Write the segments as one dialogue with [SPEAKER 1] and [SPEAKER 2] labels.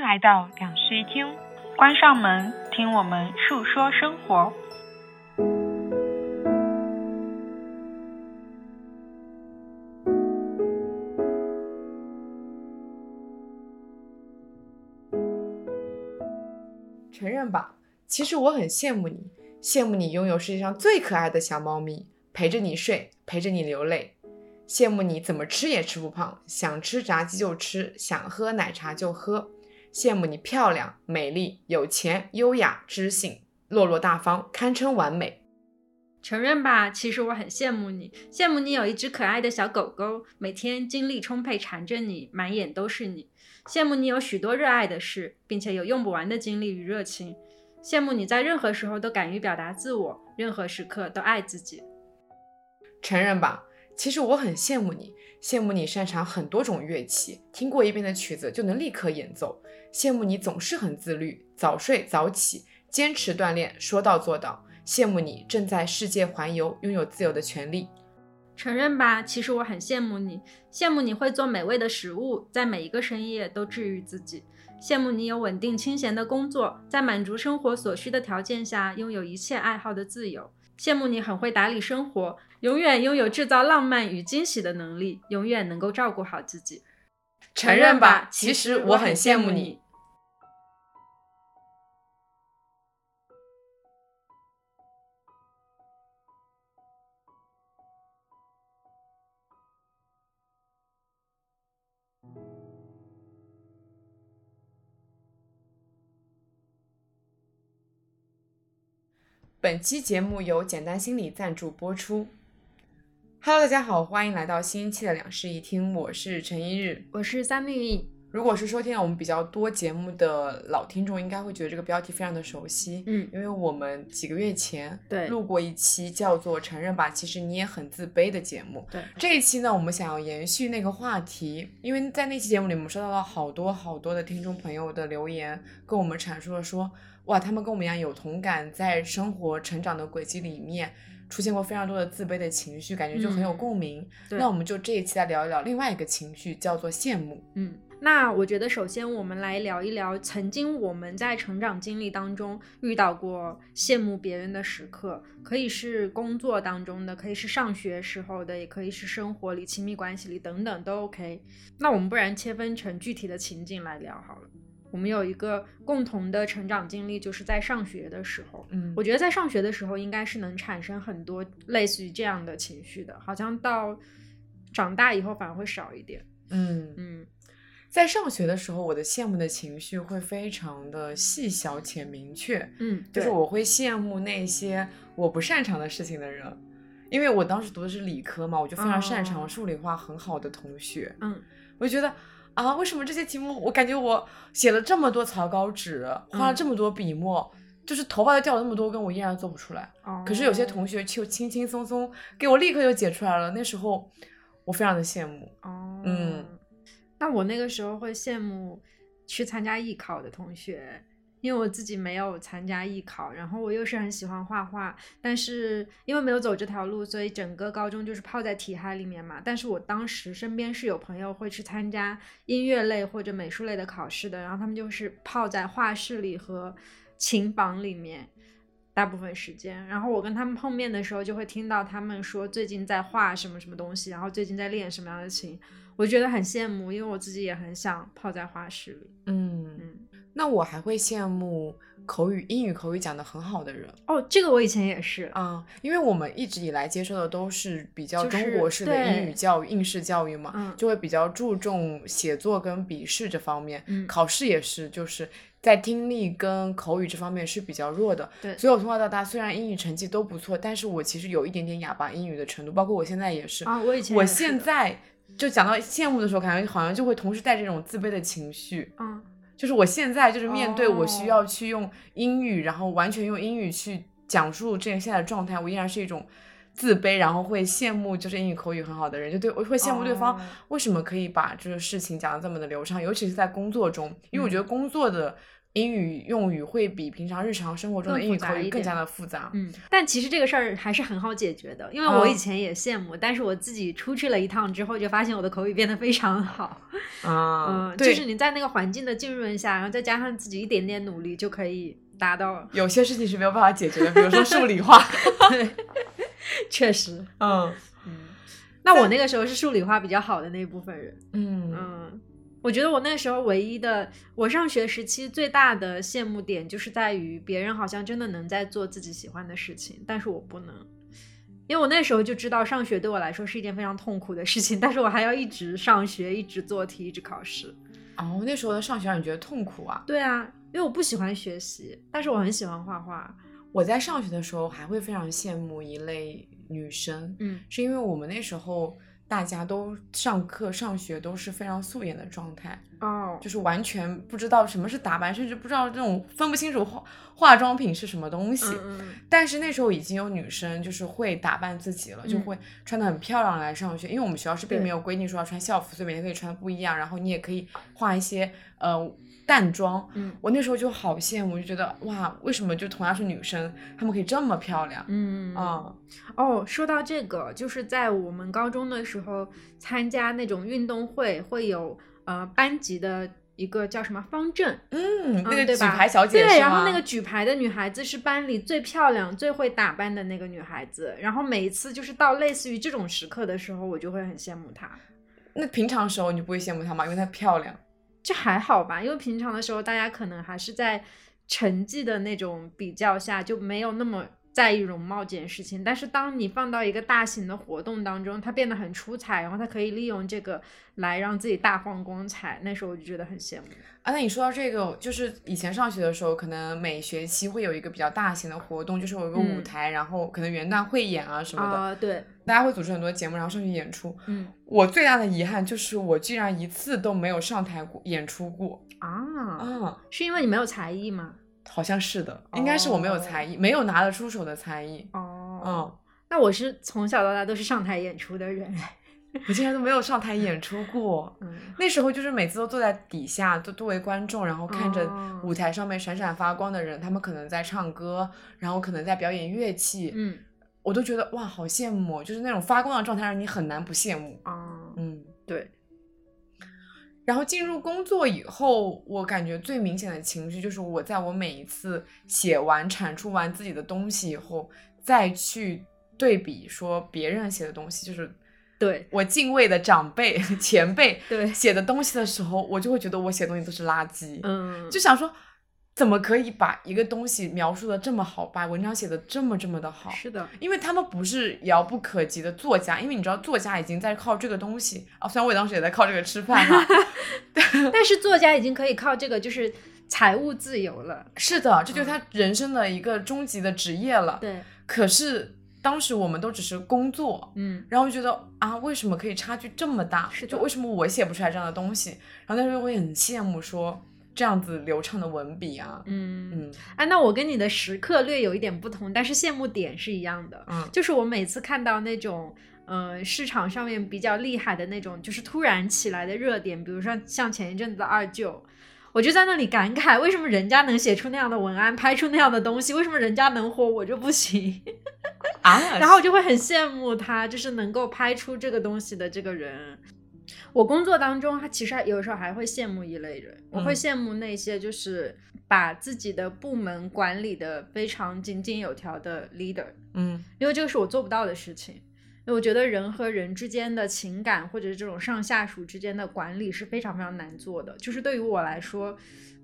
[SPEAKER 1] 来到两室一厅，关上门，听我们述说生活。
[SPEAKER 2] 承认吧，其实我很羡慕你，羡慕你拥有世界上最可爱的小猫咪，陪着你睡，陪着你流泪，羡慕你怎么吃也吃不胖，想吃炸鸡就吃，想喝奶茶就喝，羡慕你漂亮、美丽、有钱、优雅、知性、落落大方，堪称完美。
[SPEAKER 3] 承认吧，其实我很羡慕你，羡慕你有一只可爱的小狗狗，每天精力充沛，缠着你，满眼都是你。羡慕你有许多热爱的事，并且有用不完的精力与热情。羡慕你在任何时候都敢于表达自我，任何时刻都爱自己。
[SPEAKER 2] 承认吧，其实我很羡慕你，羡慕你擅长很多种乐器，听过一遍的曲子就能立刻演奏。羡慕你总是很自律，早睡早起，坚持锻炼，说到做到。羡慕你正在世界环游，拥有自由的权利。
[SPEAKER 3] 承认吧，其实我很羡慕你，羡慕你会做美味的食物，在每一个深夜都治愈自己；羡慕你有稳定清闲的工作，在满足生活所需的条件下拥有一切爱好的自由；羡慕你很会打理生活，永远拥有制造浪漫与惊喜的能力，永远能够照顾好自己。
[SPEAKER 2] 承认吧，其实我很羡慕你。本期节目由简单心理赞助播出。Hello，大家好，欢迎来到新一期的两室一厅，我是陈一日。
[SPEAKER 3] 我是三绿意，
[SPEAKER 2] 如果是收听了我们比较多节目的老听众，应该会觉得这个标题非常的熟悉，
[SPEAKER 3] 嗯，
[SPEAKER 2] 因为我们几个月前
[SPEAKER 3] 对
[SPEAKER 2] 录过一期叫做《承认吧，其实你也很自卑》的节目。
[SPEAKER 3] 对，
[SPEAKER 2] 这一期呢，我们想要延续那个话题，因为在那期节目里，我们收到了好多好多的听众朋友的留言，跟我们阐述了说，哇，他们跟我们一样有同感，在生活成长的轨迹里面出现过非常多的自卑的情绪，感觉就很有
[SPEAKER 3] 嗯
[SPEAKER 2] 共鸣。
[SPEAKER 3] 对
[SPEAKER 2] 那我们就这一期来聊一聊另外一个情绪，叫做羡慕。
[SPEAKER 3] 嗯，那我觉得首先我们来聊一聊曾经我们在成长经历当中遇到过羡慕别人的时刻，可以是工作当中的，可以是上学时候的，也可以是生活里、亲密关系里等等都 OK。那我们不然切分成具体的情景来聊好了。我们有一个共同的成长经历，就是在上学的时候，
[SPEAKER 2] 嗯
[SPEAKER 3] 我觉得在上学的时候，应该是能产生很多类似于这样的情绪的，好像到长大以后反而会少一点。
[SPEAKER 2] 嗯，
[SPEAKER 3] 嗯，
[SPEAKER 2] 在上学的时候，我的羡慕的情绪会非常的细小且明确，
[SPEAKER 3] 嗯，
[SPEAKER 2] 就是
[SPEAKER 3] 对
[SPEAKER 2] 我会羡慕那些我不擅长的事情的人，因为我当时读的是理科嘛，我就非常擅
[SPEAKER 3] 哦
[SPEAKER 2] 长数理化很好的同学，
[SPEAKER 3] 嗯
[SPEAKER 2] 我就觉得啊，为什么这些题目我感觉我写了这么多草稿纸，花了
[SPEAKER 3] 嗯
[SPEAKER 2] 这么多笔墨，就是头发都掉了那么多根，我依然做不出来。
[SPEAKER 3] 哦，
[SPEAKER 2] 可是有些同学就轻轻松松给我立刻就解出来了，那时候我非常的羡慕。
[SPEAKER 3] 哦，
[SPEAKER 2] 嗯，
[SPEAKER 3] 那我那个时候会羡慕去参加艺考的同学，因为我自己没有参加艺考，然后我又是很喜欢画画，但是因为没有走这条路，所以整个高中就是泡在题海里面嘛。但是我当时身边是有朋友会去参加音乐类或者美术类的考试的，然后他们就是泡在画室里和琴房里面。大部分时间，然后我跟他们碰面的时候，就会听到他们说最近在画什么什么东西，然后最近在练什么样的琴，我觉得很羡慕，因为我自己也很想泡在画室里。
[SPEAKER 2] 嗯
[SPEAKER 3] 嗯，
[SPEAKER 2] 那我还会羡慕口语英语口语讲得很好的人
[SPEAKER 3] 哦，这个我以前也是，
[SPEAKER 2] 啊、因为我们一直以来接受的都是比较
[SPEAKER 3] 就是
[SPEAKER 2] 中国式的
[SPEAKER 3] 对
[SPEAKER 2] 英语教育、应试教育嘛，
[SPEAKER 3] 嗯
[SPEAKER 2] 就会比较注重写作跟笔试这方面，
[SPEAKER 3] 嗯
[SPEAKER 2] 考试也是，就是在听力跟口语这方面是比较弱的。
[SPEAKER 3] 对
[SPEAKER 2] 所以我从小到大虽然英语成绩都不错，但是我其实有一点点哑巴英语的程度，包括我现在也是。
[SPEAKER 3] 啊，我以前
[SPEAKER 2] 我
[SPEAKER 3] 也是
[SPEAKER 2] 现
[SPEAKER 3] 的，
[SPEAKER 2] 在就讲到羡慕的时候，感觉好像就会同时带着这种自卑的情绪。
[SPEAKER 3] 嗯
[SPEAKER 2] 就是我现在就是面对我
[SPEAKER 3] 哦
[SPEAKER 2] 需要去用英语，然后完全用英语去讲述这个现在的状态，我依然是一种自卑，然后会羡慕就是英语口语很好的人，就对我会羡慕对方
[SPEAKER 3] 哦嗯
[SPEAKER 2] 为什么可以把这个事情讲得这么的流畅，尤其是在工作中，因为我觉得工作的英语用语会比平常日常生活中的
[SPEAKER 3] 更
[SPEAKER 2] 英语
[SPEAKER 3] 复杂
[SPEAKER 2] 口语
[SPEAKER 3] 一
[SPEAKER 2] 更加
[SPEAKER 3] 点
[SPEAKER 2] 的复杂。
[SPEAKER 3] 嗯，但其实这个事儿还是很好解决的，因为我
[SPEAKER 2] 嗯
[SPEAKER 3] 以前也羡慕，但是我自己出去了一趟之后，就发现我的口语变得非常好。
[SPEAKER 2] 啊，
[SPEAKER 3] 嗯，
[SPEAKER 2] 对，
[SPEAKER 3] 就是你在那个环境的浸润下，然后再加上自己一点点努力，就可以达到。
[SPEAKER 2] 有些事情是没有办法解决的，比如说数理化。
[SPEAKER 3] 对，确实。
[SPEAKER 2] 嗯
[SPEAKER 3] 嗯，那
[SPEAKER 2] 但
[SPEAKER 3] 我那个时候是数理化比较好的那一部分人。
[SPEAKER 2] 嗯
[SPEAKER 3] 嗯，我觉得我那时候唯一的，我上学时期最大的羡慕点就是在于别人好像真的能在做自己喜欢的事情，但是我不能，因为我那时候就知道上学对我来说是一件非常痛苦的事情，但是我还要一直上学，一直做题，一直考试。
[SPEAKER 2] 哦，那时候的上学让你觉得痛苦啊？
[SPEAKER 3] 对啊，因为我不喜欢学习，但是我很喜欢画画。
[SPEAKER 2] 我在上学的时候还会非常羡慕一类女生，
[SPEAKER 3] 嗯
[SPEAKER 2] 是因为我们那时候大家都上课上学都是非常素颜的状态，
[SPEAKER 3] 哦
[SPEAKER 2] 就是完全不知道什么是打扮，甚至不知道这种分不清楚化化妆品是什么东西。
[SPEAKER 3] 嗯嗯
[SPEAKER 2] 但是那时候已经有女生就是会打扮自己了，就
[SPEAKER 3] 嗯
[SPEAKER 2] 会穿的很漂亮来上学，因为我们学校是并
[SPEAKER 3] 对
[SPEAKER 2] 没有规定说要穿校服，所以每天可以穿的不一样，然后你也可以化一些呃淡妆。
[SPEAKER 3] 嗯
[SPEAKER 2] 我那时候就好羡慕，就觉得哇，为什么就同样是女生，她们可以这么漂亮？
[SPEAKER 3] 嗯
[SPEAKER 2] 啊、
[SPEAKER 3] 哦，说到这个，就是在我们高中的时候参加那种运动会，会有呃班级的一个叫什么方阵，
[SPEAKER 2] 嗯，
[SPEAKER 3] 嗯
[SPEAKER 2] 那个
[SPEAKER 3] 对
[SPEAKER 2] 举
[SPEAKER 3] 吧
[SPEAKER 2] 牌小姐
[SPEAKER 3] 对，
[SPEAKER 2] 是
[SPEAKER 3] 然后
[SPEAKER 2] 吗
[SPEAKER 3] 那个举牌的女孩子是班里最漂亮、最会打扮的那个女孩子。然后每一次就是到类似于这种时刻的时候，我就会很羡慕她。
[SPEAKER 2] 那平常时候你不会羡慕她吗？因为她漂亮。
[SPEAKER 3] 这还好吧，因为平常的时候大家可能还是在成绩的那种比较下，就没有那么在意容貌这件事情。但是当你放到一个大型的活动当中，它变得很出彩，然后它可以利用这个来让自己大放光彩，那时候我就觉得很羡慕。
[SPEAKER 2] 啊，那你说到这个，就是以前上学的时候，可能每学期会有一个比较大型的活动，就是有一个舞
[SPEAKER 3] 嗯
[SPEAKER 2] 台，然后可能元旦汇演啊什么的，
[SPEAKER 3] 啊对，
[SPEAKER 2] 大家会组织很多节目，然后上去演出。
[SPEAKER 3] 嗯
[SPEAKER 2] 我最大的遗憾就是我居然一次都没有上台过演出过
[SPEAKER 3] 啊，
[SPEAKER 2] 啊，
[SPEAKER 3] 是因为你没有才艺吗？
[SPEAKER 2] 好像是的，应该是我没有才艺，没有拿得出手的才艺。
[SPEAKER 3] 哦，
[SPEAKER 2] 嗯，
[SPEAKER 3] 那我是从小到大都是上台演出的人，
[SPEAKER 2] 我竟然都没有上台演出过。
[SPEAKER 3] 嗯，
[SPEAKER 2] 那时候就是每次都坐在底下，都作为观众，然后看着
[SPEAKER 3] 哦
[SPEAKER 2] 舞台上面闪闪发光的人，他们可能在唱歌，然后可能在表演乐器，
[SPEAKER 3] 嗯
[SPEAKER 2] 我都觉得哇，好羡慕哦，就是那种发光的状态，让你很难不羡慕。
[SPEAKER 3] 啊，
[SPEAKER 2] 嗯，
[SPEAKER 3] 对。
[SPEAKER 2] 然后进入工作以后，我感觉最明显的情绪就是，我在我每一次写完、产出完自己的东西以后，再去对比说别人写的东西，就是
[SPEAKER 3] 对
[SPEAKER 2] 我敬畏的长辈、 前辈
[SPEAKER 3] 对，
[SPEAKER 2] 写的东西的时候，我就会觉得我写的东西都是垃圾，
[SPEAKER 3] 嗯，
[SPEAKER 2] 就想说，怎么可以把一个东西描述的这么好，把文章写的这么这么的好？
[SPEAKER 3] 是的，
[SPEAKER 2] 因为他们不是遥不可及的作家，因为你知道作家已经在靠这个东西啊，虽然我当时也在靠这个吃饭哈、
[SPEAKER 3] 但是作家已经可以靠这个就是财务自由了。
[SPEAKER 2] 是的，这就是他人生的一个终极的职业了。
[SPEAKER 3] 嗯对，
[SPEAKER 2] 可是当时我们都只是工作，
[SPEAKER 3] 嗯，
[SPEAKER 2] 然后觉得啊，为什么可以差距这么大？
[SPEAKER 3] 是的
[SPEAKER 2] 就为什么我写不出来这样的东西？然后那时候我也很羡慕说这样子流畅的文笔啊，
[SPEAKER 3] 嗯，
[SPEAKER 2] 嗯
[SPEAKER 3] 啊，那我跟你的时刻略有一点不同，但是羡慕点是一样的。
[SPEAKER 2] 嗯
[SPEAKER 3] 就是我每次看到那种，呃，市场上面比较厉害的那种，就是突然起来的热点，比如说像前一阵子的二舅，我就在那里感慨，为什么人家能写出那样的文案，拍出那样的东西，为什么人家能火，我就不行？
[SPEAKER 2] 啊，
[SPEAKER 3] 然后我就会很羡慕他，就是能够拍出这个东西的这个人。我工作当中，他其实还有时候还会羡慕一类人，我会
[SPEAKER 2] 嗯
[SPEAKER 3] 羡慕那些就是把自己的部门管理的非常井井有条的 leader，
[SPEAKER 2] 嗯
[SPEAKER 3] 因为这个是我做不到的事情。因为我觉得人和人之间的情感，或者是这种上下属之间的管理是非常非常难做的。就是对于我来说，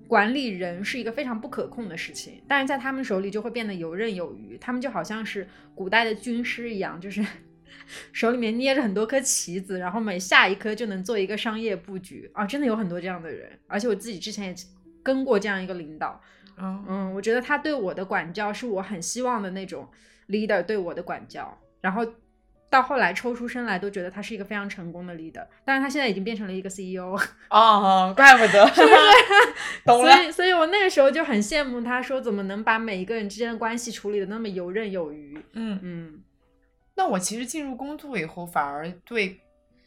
[SPEAKER 3] 管理人是一个非常不可控的事情，但是在他们手里就会变得游刃有余。他们就好像是古代的军师一样，就是 手里面捏着很多颗棋子，然后每下一颗就能做一个商业布局啊！真的有很多这样的人，而且我自己之前也跟过这样一个领导，
[SPEAKER 2] 嗯
[SPEAKER 3] 嗯，我觉得他对我的管教是我很希望的那种 leader 对我的管教，然后到后来抽出身来都觉得他是一个非常成功的 leader，但是他现在已经变成了一个 E CEO，
[SPEAKER 2] 哦，怪不得，是不是？ 懂
[SPEAKER 3] 所
[SPEAKER 2] 了。
[SPEAKER 3] 以所以我那个时候就很羡慕他说怎么能把每一个人之间的关系处理的那么游刃有余，
[SPEAKER 2] 嗯，
[SPEAKER 3] 嗯
[SPEAKER 2] 那我其实进入工作以后，反而对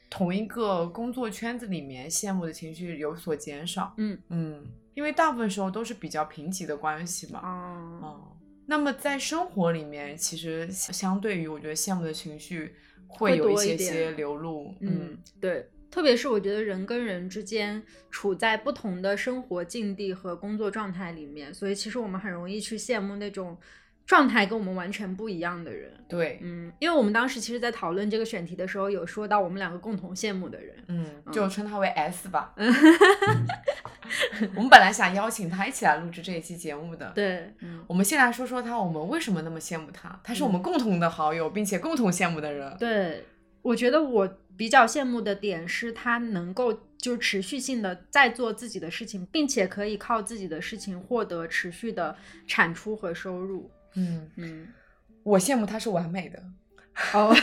[SPEAKER 2] 同一个工作圈子里面羡慕的情绪有所减少。
[SPEAKER 3] 嗯，
[SPEAKER 2] 嗯，因为大部分时候都是比较贫瘠的关系嘛。
[SPEAKER 3] 哦，
[SPEAKER 2] 哦，那么在生活里面，其实相相对于我觉得羡慕的情绪会
[SPEAKER 3] 会
[SPEAKER 2] 有一
[SPEAKER 3] 多一
[SPEAKER 2] 些
[SPEAKER 3] 点啊
[SPEAKER 2] 些流露，
[SPEAKER 3] 嗯，对。特别是我觉得人跟人之间处在不同的生活境地和工作状态里面，所以其实我们很容易去羡慕那种状态跟我们完全不一样的人。
[SPEAKER 2] 对，
[SPEAKER 3] 嗯，因为我们当时其实，在讨论这个选题的时候，有说到我们两个共同羡慕的人。
[SPEAKER 2] 嗯，就称他为 S 吧。
[SPEAKER 3] 嗯
[SPEAKER 2] 我们本来想邀请他一起来录制这一期节目的，
[SPEAKER 3] 对，嗯，
[SPEAKER 2] 我们先来说说他，我们为什么那么羡慕他？他是我们共同的好友，并且共同羡慕的人。
[SPEAKER 3] 对，我觉得我比较羡慕的点是他能够就是持续性的在做自己的事情，并且可以靠自己的事情获得持续的产出和收入。
[SPEAKER 2] 嗯，
[SPEAKER 3] 嗯，
[SPEAKER 2] 我羡慕他是完美的，
[SPEAKER 3] 哦，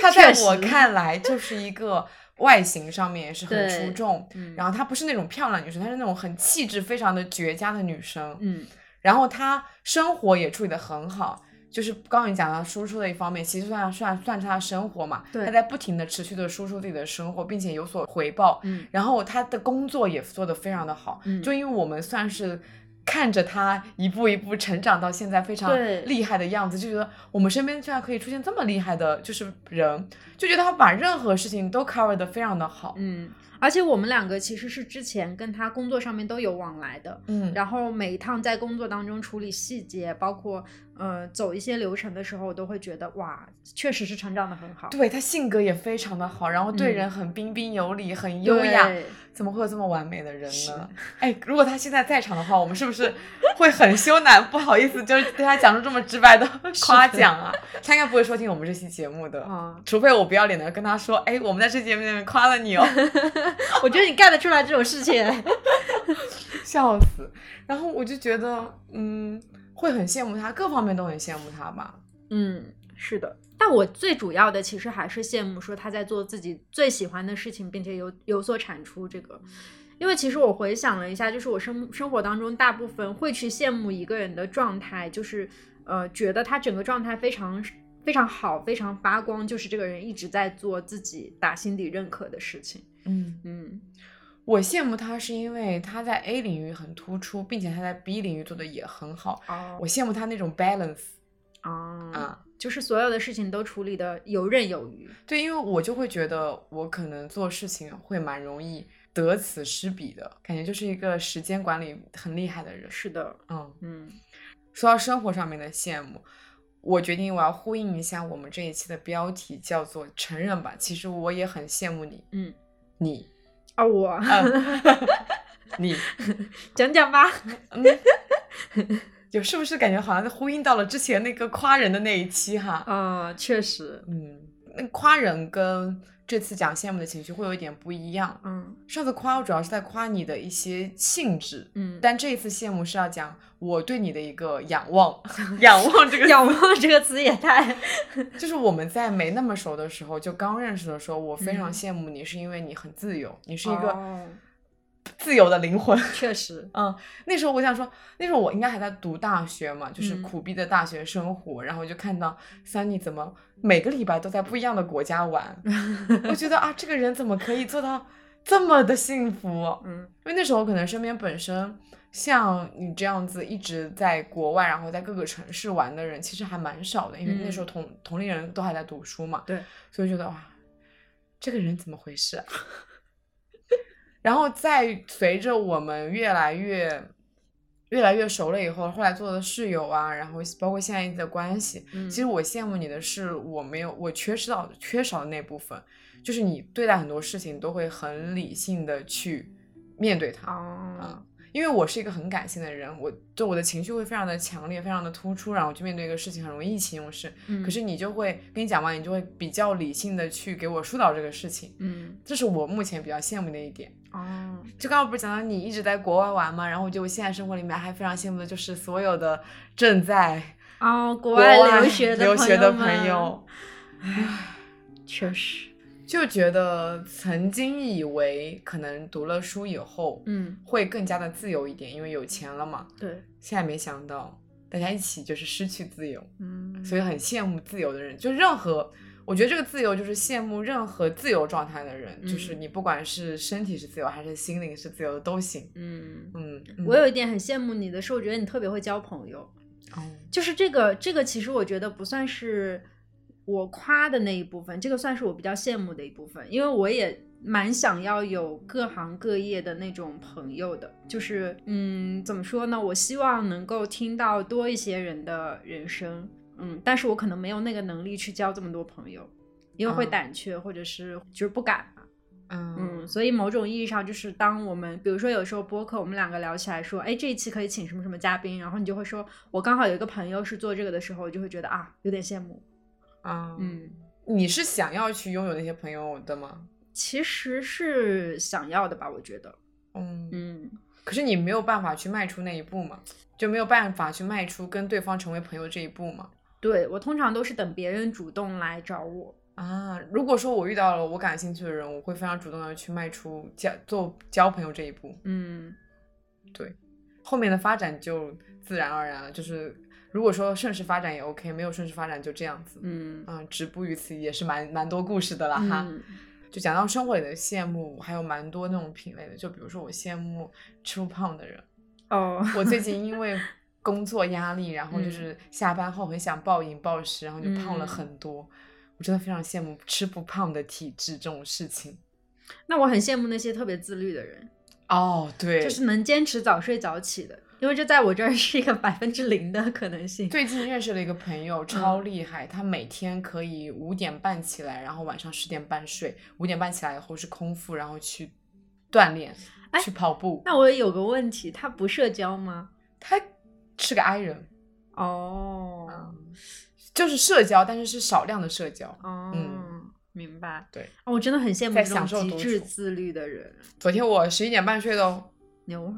[SPEAKER 2] 他在
[SPEAKER 3] 确实
[SPEAKER 2] 我看来就是一个外形上面也是很
[SPEAKER 3] 对
[SPEAKER 2] 出众，
[SPEAKER 3] 嗯
[SPEAKER 2] 然后她不是那种漂亮女生，她是那种很气质非常的绝佳的女生。
[SPEAKER 3] 嗯，
[SPEAKER 2] 然后她生活也处理得很好，就是刚刚你讲到输出的一方面，其实算算算是她的生活嘛，
[SPEAKER 3] 对
[SPEAKER 2] 她在不停的持续的输出自己的生活，并且有所回报。
[SPEAKER 3] 嗯，
[SPEAKER 2] 然后她的工作也做得非常的好，
[SPEAKER 3] 嗯
[SPEAKER 2] 就因为我们算是。看着她一步一步成长到现在非常
[SPEAKER 3] 对
[SPEAKER 2] 厉害的样子，就觉得我们身边居然可以出现这么厉害的，就是人，就觉得她把任何事情都 cover 得非常的好。
[SPEAKER 3] 嗯，而且我们两个其实是之前跟他工作上面都有往来的，
[SPEAKER 2] 嗯，
[SPEAKER 3] 然后每一趟在工作当中处理细节，包括呃走一些流程的时候，我都会觉得哇，确实是成长的很好，
[SPEAKER 2] 对他性格也非常的好，然后对
[SPEAKER 3] 嗯
[SPEAKER 2] 人很彬彬有礼，很优雅。
[SPEAKER 3] 对
[SPEAKER 2] 怎么会有这么完美的人
[SPEAKER 3] 是
[SPEAKER 2] 呢？哎，如果他现在在场的话，我们是不是会很羞赧？不好意思，就是对他讲出这么直白的夸奖啊。他应该不会收听我们这期节目的，
[SPEAKER 3] 啊、
[SPEAKER 2] 除非我不要脸的跟他说：“哎，我们在这期节目里面夸了你哦。”
[SPEAKER 3] 我觉得你干得出来这种事情，
[SPEAKER 2] 笑死。然后我就觉得，嗯，会很羡慕他，各方面都很羡慕他吧。
[SPEAKER 3] 嗯，是的。但我最主要的其实还是羡慕说他在做自己最喜欢的事情，并且有有所产出这个。因为其实我回想了一下，就是我生生活当中大部分会去羡慕一个人的状态，就是呃，觉得他整个状态非常非常好，非常发光，就是这个人一直在做自己打心底认可的事情。
[SPEAKER 2] 嗯，
[SPEAKER 3] 嗯
[SPEAKER 2] 我羡慕他是因为他在 A 领域很突出，并且他在 B 领域做的也很好。
[SPEAKER 3] 哦
[SPEAKER 2] 我羡慕他那种 balance
[SPEAKER 3] 啊、
[SPEAKER 2] 啊，
[SPEAKER 3] 就是所有的事情都处理的游刃有余。
[SPEAKER 2] 对，因为我就会觉得我可能做事情会蛮容易得此失彼的感觉，就是一个时间管理很厉害的人。
[SPEAKER 3] 是的，
[SPEAKER 2] 嗯，
[SPEAKER 3] 嗯
[SPEAKER 2] 说到生活上面的羡慕，我决定我要呼应一下我们这一期的标题，叫做“承认吧”。其实我也很羡慕你，
[SPEAKER 3] 嗯，
[SPEAKER 2] 你，
[SPEAKER 3] 啊、我
[SPEAKER 2] 嗯、 你，
[SPEAKER 3] 讲讲吧。
[SPEAKER 2] 有是不是感觉好像呼应到了之前那个夸人的那一期哈？
[SPEAKER 3] 啊、确实，
[SPEAKER 2] 嗯，那夸人跟这次讲羡慕的情绪会有一点不一样。
[SPEAKER 3] 嗯
[SPEAKER 2] 上次夸我主要是在夸你的一些性质，
[SPEAKER 3] 嗯，
[SPEAKER 2] 但这一次羡慕是要讲我对你的一个仰望，仰望这个
[SPEAKER 3] 仰望这个词也太……
[SPEAKER 2] 就是我们在没那么熟的时候，就刚认识的时候，我非常
[SPEAKER 3] 嗯
[SPEAKER 2] 羡慕你，是因为你很自由，你是一个
[SPEAKER 3] 哦
[SPEAKER 2] 自由的灵魂。
[SPEAKER 3] 确实，
[SPEAKER 2] 嗯，那时候我想说，那时候我应该还在读大学嘛，就是
[SPEAKER 3] 嗯
[SPEAKER 2] 苦逼的大学生活，然后我就看到 Sunny 怎么每个礼拜都在不一样的国家玩，我觉得啊，这个人怎么可以做到这么的幸福？
[SPEAKER 3] 嗯
[SPEAKER 2] 因为那时候可能身边本身像你这样子一直在国外，然后在各个城市玩的人，其实还蛮少的，因为那时候
[SPEAKER 3] 嗯
[SPEAKER 2] 同、同龄人都还在读书嘛，
[SPEAKER 3] 对，
[SPEAKER 2] 所以觉得哇，这个人怎么回事啊、 然后再随着我们越来越越来越熟了以后，后来做的室友啊，然后包括现在的关系，
[SPEAKER 3] 嗯
[SPEAKER 2] 其实我羡慕你的是，我没有我缺失到缺少的那部分，就是你对待很多事情都会很理性的去面对它。
[SPEAKER 3] 哦，
[SPEAKER 2] 因为我是一个很感性的人，我就我的情绪会非常的强烈，非常的突出，然后我去面对一个事情很容易意气用事。
[SPEAKER 3] 嗯
[SPEAKER 2] 可是你就会跟你讲完，你就会比较理性的去给我疏导这个事情，
[SPEAKER 3] 嗯
[SPEAKER 2] 这是我目前比较羡慕的一点。
[SPEAKER 3] 哦，
[SPEAKER 2] 就刚刚不是讲到你一直在国外玩嘛，然后我觉得我现在生活里面还非常羡慕的就是所有的正在
[SPEAKER 3] 哦，
[SPEAKER 2] 国
[SPEAKER 3] 国外留
[SPEAKER 2] 留
[SPEAKER 3] 学的
[SPEAKER 2] 学的
[SPEAKER 3] 们
[SPEAKER 2] 朋友，，
[SPEAKER 3] 确实，
[SPEAKER 2] 就觉得曾经以为可能读了书以后，
[SPEAKER 3] 嗯，
[SPEAKER 2] 会更加的自由一点，因为有钱了嘛。
[SPEAKER 3] 对，
[SPEAKER 2] 现在没想到大家一起就是失去自由，
[SPEAKER 3] 嗯，
[SPEAKER 2] 所以很羡慕自由的人。就任何我觉得这个自由就是羡慕任何自由状态的人，就是
[SPEAKER 3] 嗯
[SPEAKER 2] 你不管是身体是自由还是心灵是自由的都行。
[SPEAKER 3] 嗯，
[SPEAKER 2] 嗯，嗯
[SPEAKER 3] 我有一点很羡慕你的是，我觉得你特别会交朋友。
[SPEAKER 2] 哦
[SPEAKER 3] 就是这个，这个其实我觉得不算是我夸的那一部分，这个算是我比较羡慕的一部分，因为我也蛮想要有各行各业的那种朋友的。就是，嗯，怎么说呢？我希望能够听到多一些人的人生，嗯，但是我可能没有那个能力去交这么多朋友，因为会
[SPEAKER 2] 嗯
[SPEAKER 3] 胆怯，或者是就是不敢嘛。嗯，
[SPEAKER 2] 嗯
[SPEAKER 3] 所以某种意义上就是，当我们比如说有时候播客，我们两个聊起来说，哎，这一期可以请什么什么嘉宾，然后你就会说，我刚好有一个朋友是做这个的时候，我就会觉得啊，有点羡慕。
[SPEAKER 2] 啊，
[SPEAKER 3] 嗯，
[SPEAKER 2] 你是想要去拥有那些朋友的吗？
[SPEAKER 3] 其实是想要的吧，我觉得。
[SPEAKER 2] 嗯，
[SPEAKER 3] 嗯，
[SPEAKER 2] 可是你没有办法去迈出那一步嘛，就没有办法去迈出跟对方成为朋友这一步嘛。
[SPEAKER 3] 对我通常都是等别人主动来找我。
[SPEAKER 2] 啊，如果说我遇到了我感兴趣的人，我会非常主动的去迈出交做交朋友这一步，
[SPEAKER 3] 嗯
[SPEAKER 2] 后面的发展就自然而然了。就是如果说顺势发展也 OK，没有顺势发展就这样子。
[SPEAKER 3] 嗯
[SPEAKER 2] 嗯，止步于此也是蛮蛮多故事的啦哈。
[SPEAKER 3] 嗯
[SPEAKER 2] 就讲到生活里的羡慕，还有蛮多那种品类的。就比如说我羡慕吃不胖的人，
[SPEAKER 3] 哦，
[SPEAKER 2] 我最近因为工作压力，然后就
[SPEAKER 3] 嗯
[SPEAKER 2] 是下班后很想暴饮暴食，然后就胖了
[SPEAKER 3] 嗯
[SPEAKER 2] 很多。我真的非常羡慕吃不胖的体质这种事情。
[SPEAKER 3] 那我很羡慕那些特别自律的人，
[SPEAKER 2] 哦，对，
[SPEAKER 3] 就是能坚持早睡早起的，因为这在我这儿是一个百分之零的可能性。
[SPEAKER 2] 最近认识了一个朋友，超
[SPEAKER 3] 嗯
[SPEAKER 2] 厉害，他每天可以五点半起来，然后晚上十点半睡，五点半起来以后是空腹，然后去锻炼，
[SPEAKER 3] 哎
[SPEAKER 2] 去跑步。
[SPEAKER 3] 那我有个问题，他不社交吗？
[SPEAKER 2] 他是个 I 人，
[SPEAKER 3] 哦，
[SPEAKER 2] 嗯就是社交，但是是少量的社交。
[SPEAKER 3] 哦，
[SPEAKER 2] 嗯
[SPEAKER 3] 明白。
[SPEAKER 2] 对
[SPEAKER 3] 哦，我真的很羡慕
[SPEAKER 2] 在
[SPEAKER 3] 这
[SPEAKER 2] 享受
[SPEAKER 3] 种极
[SPEAKER 2] 独
[SPEAKER 3] 致
[SPEAKER 2] 处
[SPEAKER 3] 自律的人，
[SPEAKER 2] 昨天我十一点半睡的哦，
[SPEAKER 3] 牛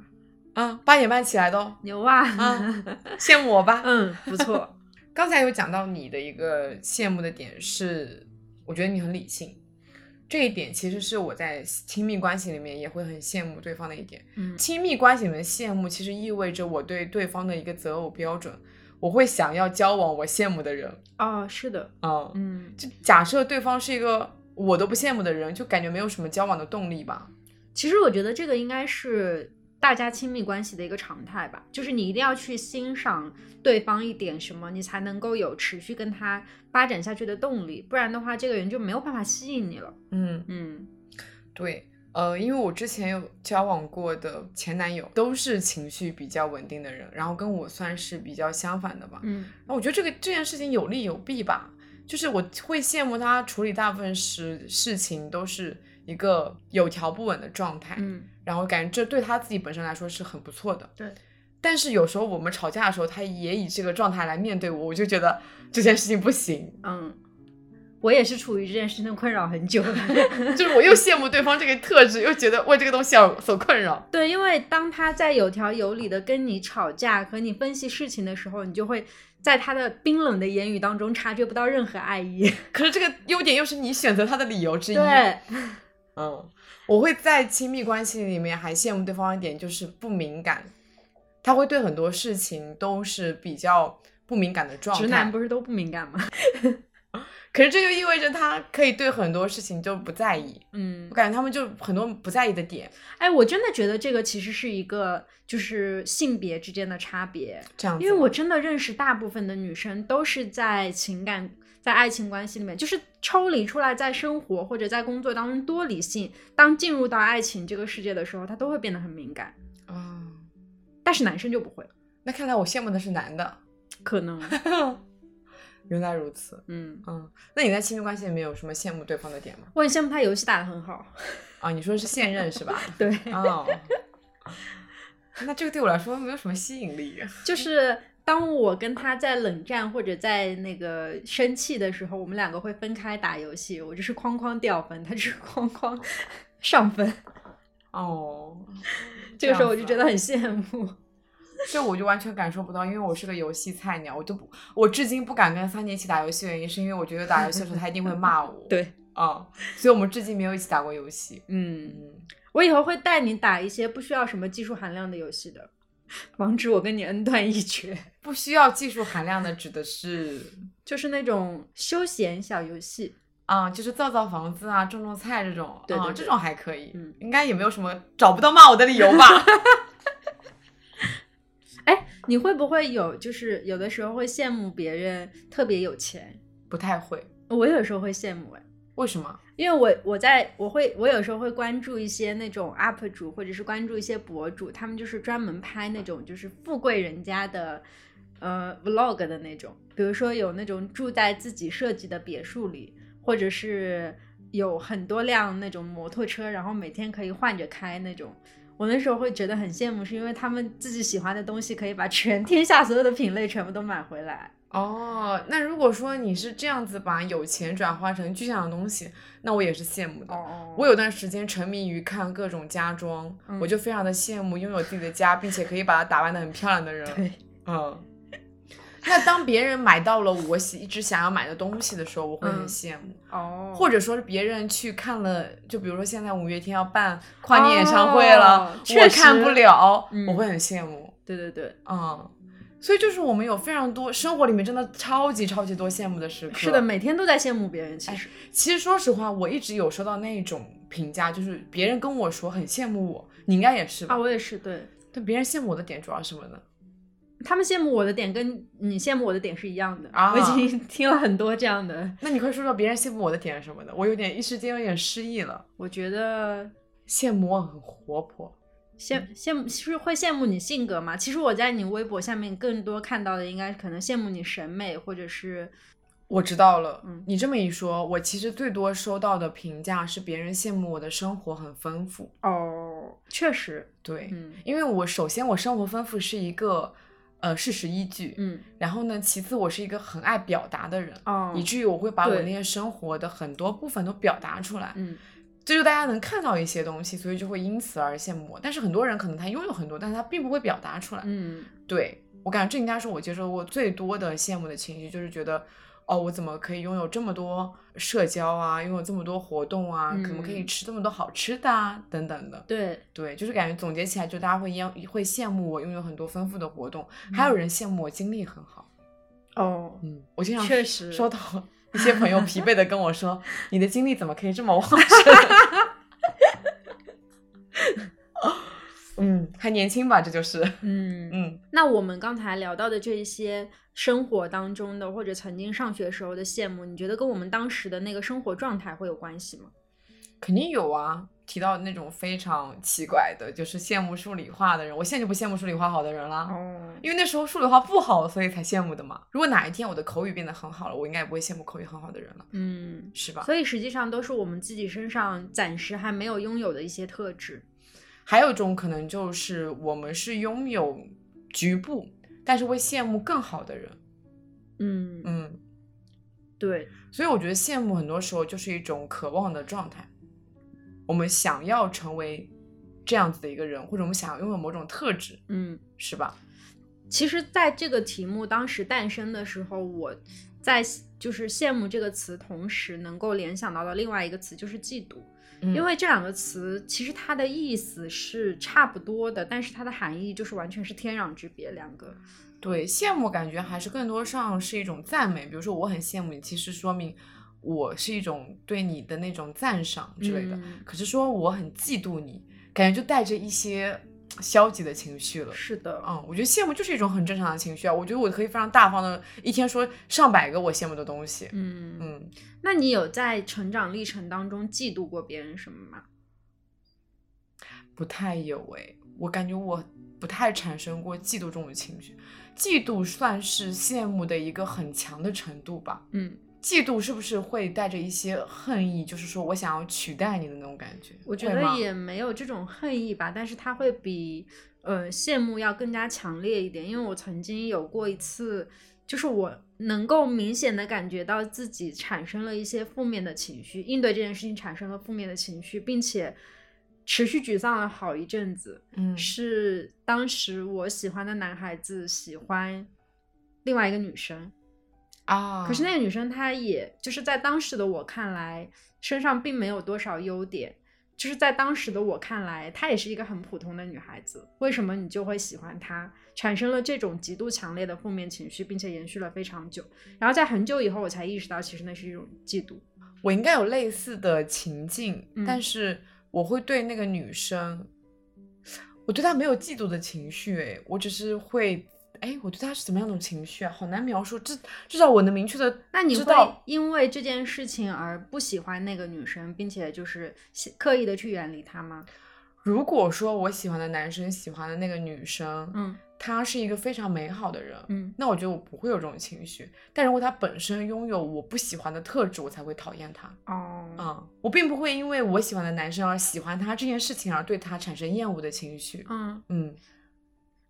[SPEAKER 2] 啊，八点半起来的哦，
[SPEAKER 3] 牛啊！
[SPEAKER 2] 啊羡慕我吧。
[SPEAKER 3] 嗯，不 错。
[SPEAKER 2] 刚才有讲到你的一个羡慕的点是，我觉得你很理性，这一点其实是我在亲密关系里面也会很羡慕对方的一点。
[SPEAKER 3] 嗯
[SPEAKER 2] 亲密关系里面的羡慕，其实意味着我对对方的一个择偶标准，我会想要交往我羡慕的人。
[SPEAKER 3] 哦，是的，
[SPEAKER 2] 嗯，
[SPEAKER 3] 嗯，
[SPEAKER 2] 就假设对方是一个我都不羡慕的人，就感觉没有什么交往的动力吧。
[SPEAKER 3] 其实我觉得这个应该是大家亲密关系的一个常态吧，就是你一定要去欣赏对方一点什么，你才能够有持续跟他发展下去的动力，不然的话，这个人就没有办法吸引你了。
[SPEAKER 2] 嗯，
[SPEAKER 3] 嗯
[SPEAKER 2] 对，呃，因为我之前有交往过的前男友都是情绪比较稳定的人，然后跟我算是比较相反的吧。
[SPEAKER 3] 嗯
[SPEAKER 2] 那哦我觉得这个这件事情有利有弊吧，就是我会羡慕他处理大部分事事情都是一个有条不紊的状态，
[SPEAKER 3] 嗯，
[SPEAKER 2] 然后感觉这对他自己本身来说是很不错的。
[SPEAKER 3] 对。
[SPEAKER 2] 但是有时候我们吵架的时候，他也以这个状态来面对我，我就觉得这件事情不 行，
[SPEAKER 3] 嗯，我也是处于这件事情的困扰很久。
[SPEAKER 2] 就是我又羡慕对方这个特质，又觉得为这个东西而所困扰。
[SPEAKER 3] 对，因为当他在有条有理的跟你吵架和你分析事情的时候，你就会在他的冰冷的言语当中察觉不到任何爱意。
[SPEAKER 2] 可是这个优点又是你选择他的理由之一。
[SPEAKER 3] 对，
[SPEAKER 2] 嗯，我会在亲密关系里面还羡慕对方一点，就是不敏感，他会对很多事情都是比较不敏感的状态。
[SPEAKER 3] 直男不是都不敏感吗？
[SPEAKER 2] 可是这就意味着他可以对很多事情就不在意，
[SPEAKER 3] 嗯
[SPEAKER 2] 我，感觉他们就很多不在意的点，
[SPEAKER 3] 哎，我真的觉得这个其实是一个就是性别之间的差别，
[SPEAKER 2] 这样子。
[SPEAKER 3] 因为我真的认识大部分的女生都是在情感。在爱情关系里面，就是抽离出来，在生活或者在工作当中多理性。当进入到爱情这个世界的时候，她都会变得很敏感，
[SPEAKER 2] 啊、
[SPEAKER 3] 但是男生就不会，
[SPEAKER 2] 那看来我羡慕的是男的，
[SPEAKER 3] 可能。
[SPEAKER 2] 原来如此。
[SPEAKER 3] 嗯，
[SPEAKER 2] 嗯，那你在亲密关系里面有什么羡慕对方的点吗？
[SPEAKER 3] 我很羡慕他游戏打得很好。
[SPEAKER 2] 啊，你说是现任是吧？
[SPEAKER 3] 对，
[SPEAKER 2] 哦， 那这个对我来说没有什么吸引力。
[SPEAKER 3] 就是当我跟他在冷战或者在那个生气的时候，我们两个会分开打游戏，我就是哐哐掉分，他就是哐哐 上分。
[SPEAKER 2] 哦，
[SPEAKER 3] 这个时候我就
[SPEAKER 2] 这样子啊
[SPEAKER 3] 觉得很羡慕。。，
[SPEAKER 2] 这我就完全感受不到，因为我是个游戏菜鸟，我就不，我至今不敢跟三姐一起打游戏，原因是因为我觉得打游戏的时候她一定会骂我
[SPEAKER 3] 对，
[SPEAKER 2] 嗯，所以我们至今没有一起打过游戏。
[SPEAKER 3] 嗯，
[SPEAKER 2] 嗯，
[SPEAKER 3] 我以后会带你打一些不需要什么技术含量的游戏的。防止我跟你恩断义绝，
[SPEAKER 2] 不需要技术含量的，指的是
[SPEAKER 3] 就是那种休闲小游戏。
[SPEAKER 2] 啊、就是造造房子啊，种种菜这种，
[SPEAKER 3] 对对
[SPEAKER 2] 啊，
[SPEAKER 3] 对
[SPEAKER 2] 这种还可以，
[SPEAKER 3] 嗯
[SPEAKER 2] 应该也没有什么找不到骂我的理由 吧？
[SPEAKER 3] 哎，你会不会有就是有的时候会羡慕别人特别有钱？
[SPEAKER 2] 不太会，
[SPEAKER 3] 我有时候会羡慕哎。
[SPEAKER 2] 为什么？
[SPEAKER 3] 因为我我在我会我有时候会关注一些那种 UP 主或者是关注一些博主，他们就是专门拍那种就是富贵人家的呃 vlog 的那种，比如说有那种住在自己设计的别墅里，或者是有很多辆那种摩托车，然后每天可以换着开那种。我那时候会觉得很羡慕，是因为他们自己喜欢的东西可以把全天下所有的品类全部都买回来。
[SPEAKER 2] 哦，那如果说你是这样子把有钱转化成具象的东西，那我也是羡慕的。
[SPEAKER 3] 哦
[SPEAKER 2] 我有段时间沉迷于看各种家装，
[SPEAKER 3] 嗯
[SPEAKER 2] 我就非常的羡慕拥有自己的家，并且可以把它打扮得很漂亮的人。
[SPEAKER 3] 对，
[SPEAKER 2] 嗯。那当别人买到了我喜一直想要买的东西的时候，我会很
[SPEAKER 3] 嗯
[SPEAKER 2] 羡慕，
[SPEAKER 3] 哦，
[SPEAKER 2] 或者说是别人去看了，就比如说现在五月天要办跨年演唱会了，
[SPEAKER 3] 哦
[SPEAKER 2] 我
[SPEAKER 3] 确实
[SPEAKER 2] 看不了，
[SPEAKER 3] 嗯
[SPEAKER 2] 我会很羡慕。
[SPEAKER 3] 对对对。
[SPEAKER 2] 嗯，所以就是我们有非常多生活里面真的超级超级多羡慕的时刻。
[SPEAKER 3] 是的，每天都在羡慕别人。其实，
[SPEAKER 2] 其实说实话，我一直有收到那种评价，就是别人跟我说很羡慕我，你应该也是吧？
[SPEAKER 3] 啊，我也是，对
[SPEAKER 2] 但别人羡慕我的点主要是什么呢？
[SPEAKER 3] 他们羡慕我的点跟你羡慕我的点是一样的。
[SPEAKER 2] 啊
[SPEAKER 3] 我已经听了很多这样的，
[SPEAKER 2] 那你快说说别人羡慕我的点是什么的？我有点一时间有点失忆了。
[SPEAKER 3] 我觉得
[SPEAKER 2] 羡慕我很活泼，
[SPEAKER 3] 羡羡慕是会羡慕你性格嘛？其实我在你微博下面更多看到的，应该可能羡慕你审美，或者是
[SPEAKER 2] 我知道了。
[SPEAKER 3] 嗯
[SPEAKER 2] 你这么一说，我其实最多收到的评价是别人羡慕我的生活很丰富。
[SPEAKER 3] 哦，确实，
[SPEAKER 2] 对，
[SPEAKER 3] 嗯
[SPEAKER 2] 因为我首先我生活丰富是一个呃事实依据，
[SPEAKER 3] 嗯
[SPEAKER 2] 然后呢，其次我是一个很爱表达的人，
[SPEAKER 3] 哦，
[SPEAKER 2] 以至于我会把我
[SPEAKER 3] 对
[SPEAKER 2] 那些生活的很多部分都表达出来，
[SPEAKER 3] 嗯
[SPEAKER 2] 这就大家能看到一些东西，所以就会因此而羡慕我。但是很多人可能他拥有很多，但是他并不会表达出来。
[SPEAKER 3] 嗯
[SPEAKER 2] 对我感觉这应该是我接受过最多的羡慕的情绪，就是觉得。哦，我怎么可以拥有这么多社交啊，拥有这么多活动啊？怎么可以
[SPEAKER 3] 嗯
[SPEAKER 2] 吃这么多好吃的啊？等等的。
[SPEAKER 3] 对，
[SPEAKER 2] 对，就是感觉总结起来，就大家会一样会羡慕我拥有很多丰富的活动，还有人羡慕我精力很好。
[SPEAKER 3] 嗯哦，
[SPEAKER 2] 嗯，我经常
[SPEAKER 3] 确
[SPEAKER 2] 收
[SPEAKER 3] 实
[SPEAKER 2] 收到一些 朋友疲惫的跟我说：“你的精力怎么可以这么旺盛？” 嗯，还年轻吧，这就是
[SPEAKER 3] 嗯
[SPEAKER 2] 嗯
[SPEAKER 3] 那我们刚才聊到的这一些生活当中的，或者曾经上学时候的羡慕，你觉得跟我们当时的那个生活状态会有关系吗？
[SPEAKER 2] 肯定有啊。提到那种非常奇怪的，就是羡慕数理化的人，我现在就不羡慕数理化好的人啦，
[SPEAKER 3] 哦，
[SPEAKER 2] 因为那时候数理化不好，所以才羡慕的嘛。如果哪一天我的口语变得很好了，我应该也不会羡慕口语很好的人了，
[SPEAKER 3] 嗯，
[SPEAKER 2] 是吧？
[SPEAKER 3] 所以实际上都是我们自己身上暂时还没有拥有的一些特质。
[SPEAKER 2] 还有一种可能就是我们是拥有局部，但是会羡慕更好的人。
[SPEAKER 3] 嗯，
[SPEAKER 2] 嗯，
[SPEAKER 3] 对，
[SPEAKER 2] 所以我觉得羡慕很多时候就是一种渴望的状态。我们想要成为这样子的一个人，或者我们想要拥有某种特质，
[SPEAKER 3] 嗯，
[SPEAKER 2] 是吧？
[SPEAKER 3] 其实，在这个题目当时诞生的时候，我在就是羡慕这个词，同时能够联想到的另外一个词就是嫉妒。
[SPEAKER 2] 嗯
[SPEAKER 3] 因为这两个词其实它的意思是差不多的，但是它的含义就是完全是天壤之别。两个，
[SPEAKER 2] 嗯对羡慕感觉还是更多上是一种赞美，比如说我很羡慕你，其实说明我是一种对你的那种赞赏之类的。
[SPEAKER 3] 嗯
[SPEAKER 2] 可是说我很嫉妒你，感觉就带着一些呃消极的情绪了。
[SPEAKER 3] 是的，
[SPEAKER 2] 嗯，我觉得羡慕就是一种很正常的情绪啊。我觉得我可以非常大方的，一天说上百个我羡慕的东西。
[SPEAKER 3] 嗯
[SPEAKER 2] 嗯，
[SPEAKER 3] 那你有在成长历程当中嫉妒过别人什么吗？
[SPEAKER 2] 不太有诶，我感觉我不太产生过嫉妒这种情绪。嫉妒算是羡慕的一个很强的程度吧。
[SPEAKER 3] 嗯，
[SPEAKER 2] 嫉妒是不是会带着一些恨意，就是说我想要取代你的那种感觉？
[SPEAKER 3] 我觉
[SPEAKER 2] 会
[SPEAKER 3] 得
[SPEAKER 2] 吗
[SPEAKER 3] 也没有这种恨意吧，但是它会比呃羡慕要更加强烈一点，因为我曾经有过一次，就是我能够明显的感觉到自己产生了一些负面的情绪，应对这件事情产生了负面的情绪，并且持续沮丧了好一阵子。
[SPEAKER 2] 嗯
[SPEAKER 3] 是当时我喜欢的男孩子喜欢另外一个女生，
[SPEAKER 2] 啊，
[SPEAKER 3] 可是那个女生她也就是在当时的我看来，身上并没有多少优点，就是在当时的我看来，她也是一个很普通的女孩子，为什么你就会喜欢她？产生了这种极度强烈的负面情绪，并且延续了非常久。
[SPEAKER 2] 嗯
[SPEAKER 3] 然后在很久以后，我才意识到，其实那是一种嫉妒。
[SPEAKER 2] 我应该有类似的情境，
[SPEAKER 3] 嗯
[SPEAKER 2] 但是我会对那个女生，我对她没有嫉妒的情绪，哎，我只是会，哎，我对她是怎么样的情绪啊？好难描述，至至少我能明确的，
[SPEAKER 3] 那你
[SPEAKER 2] 知
[SPEAKER 3] 会
[SPEAKER 2] 道
[SPEAKER 3] 因为这件事情而不喜欢那个女生，并且就是喜刻意的去远离她吗？
[SPEAKER 2] 如果说我喜欢的男生喜欢的那个女生，
[SPEAKER 3] 嗯
[SPEAKER 2] 她是一个非常美好的人，
[SPEAKER 3] 嗯
[SPEAKER 2] 那我觉得我不会有这种情绪。但如果她本身拥有我不喜欢的特质，我才会讨厌她。
[SPEAKER 3] 哦
[SPEAKER 2] 嗯，我并不会因为我喜欢的男生而喜欢他这件事情而对他产生厌恶的情绪。
[SPEAKER 3] 嗯，
[SPEAKER 2] 嗯，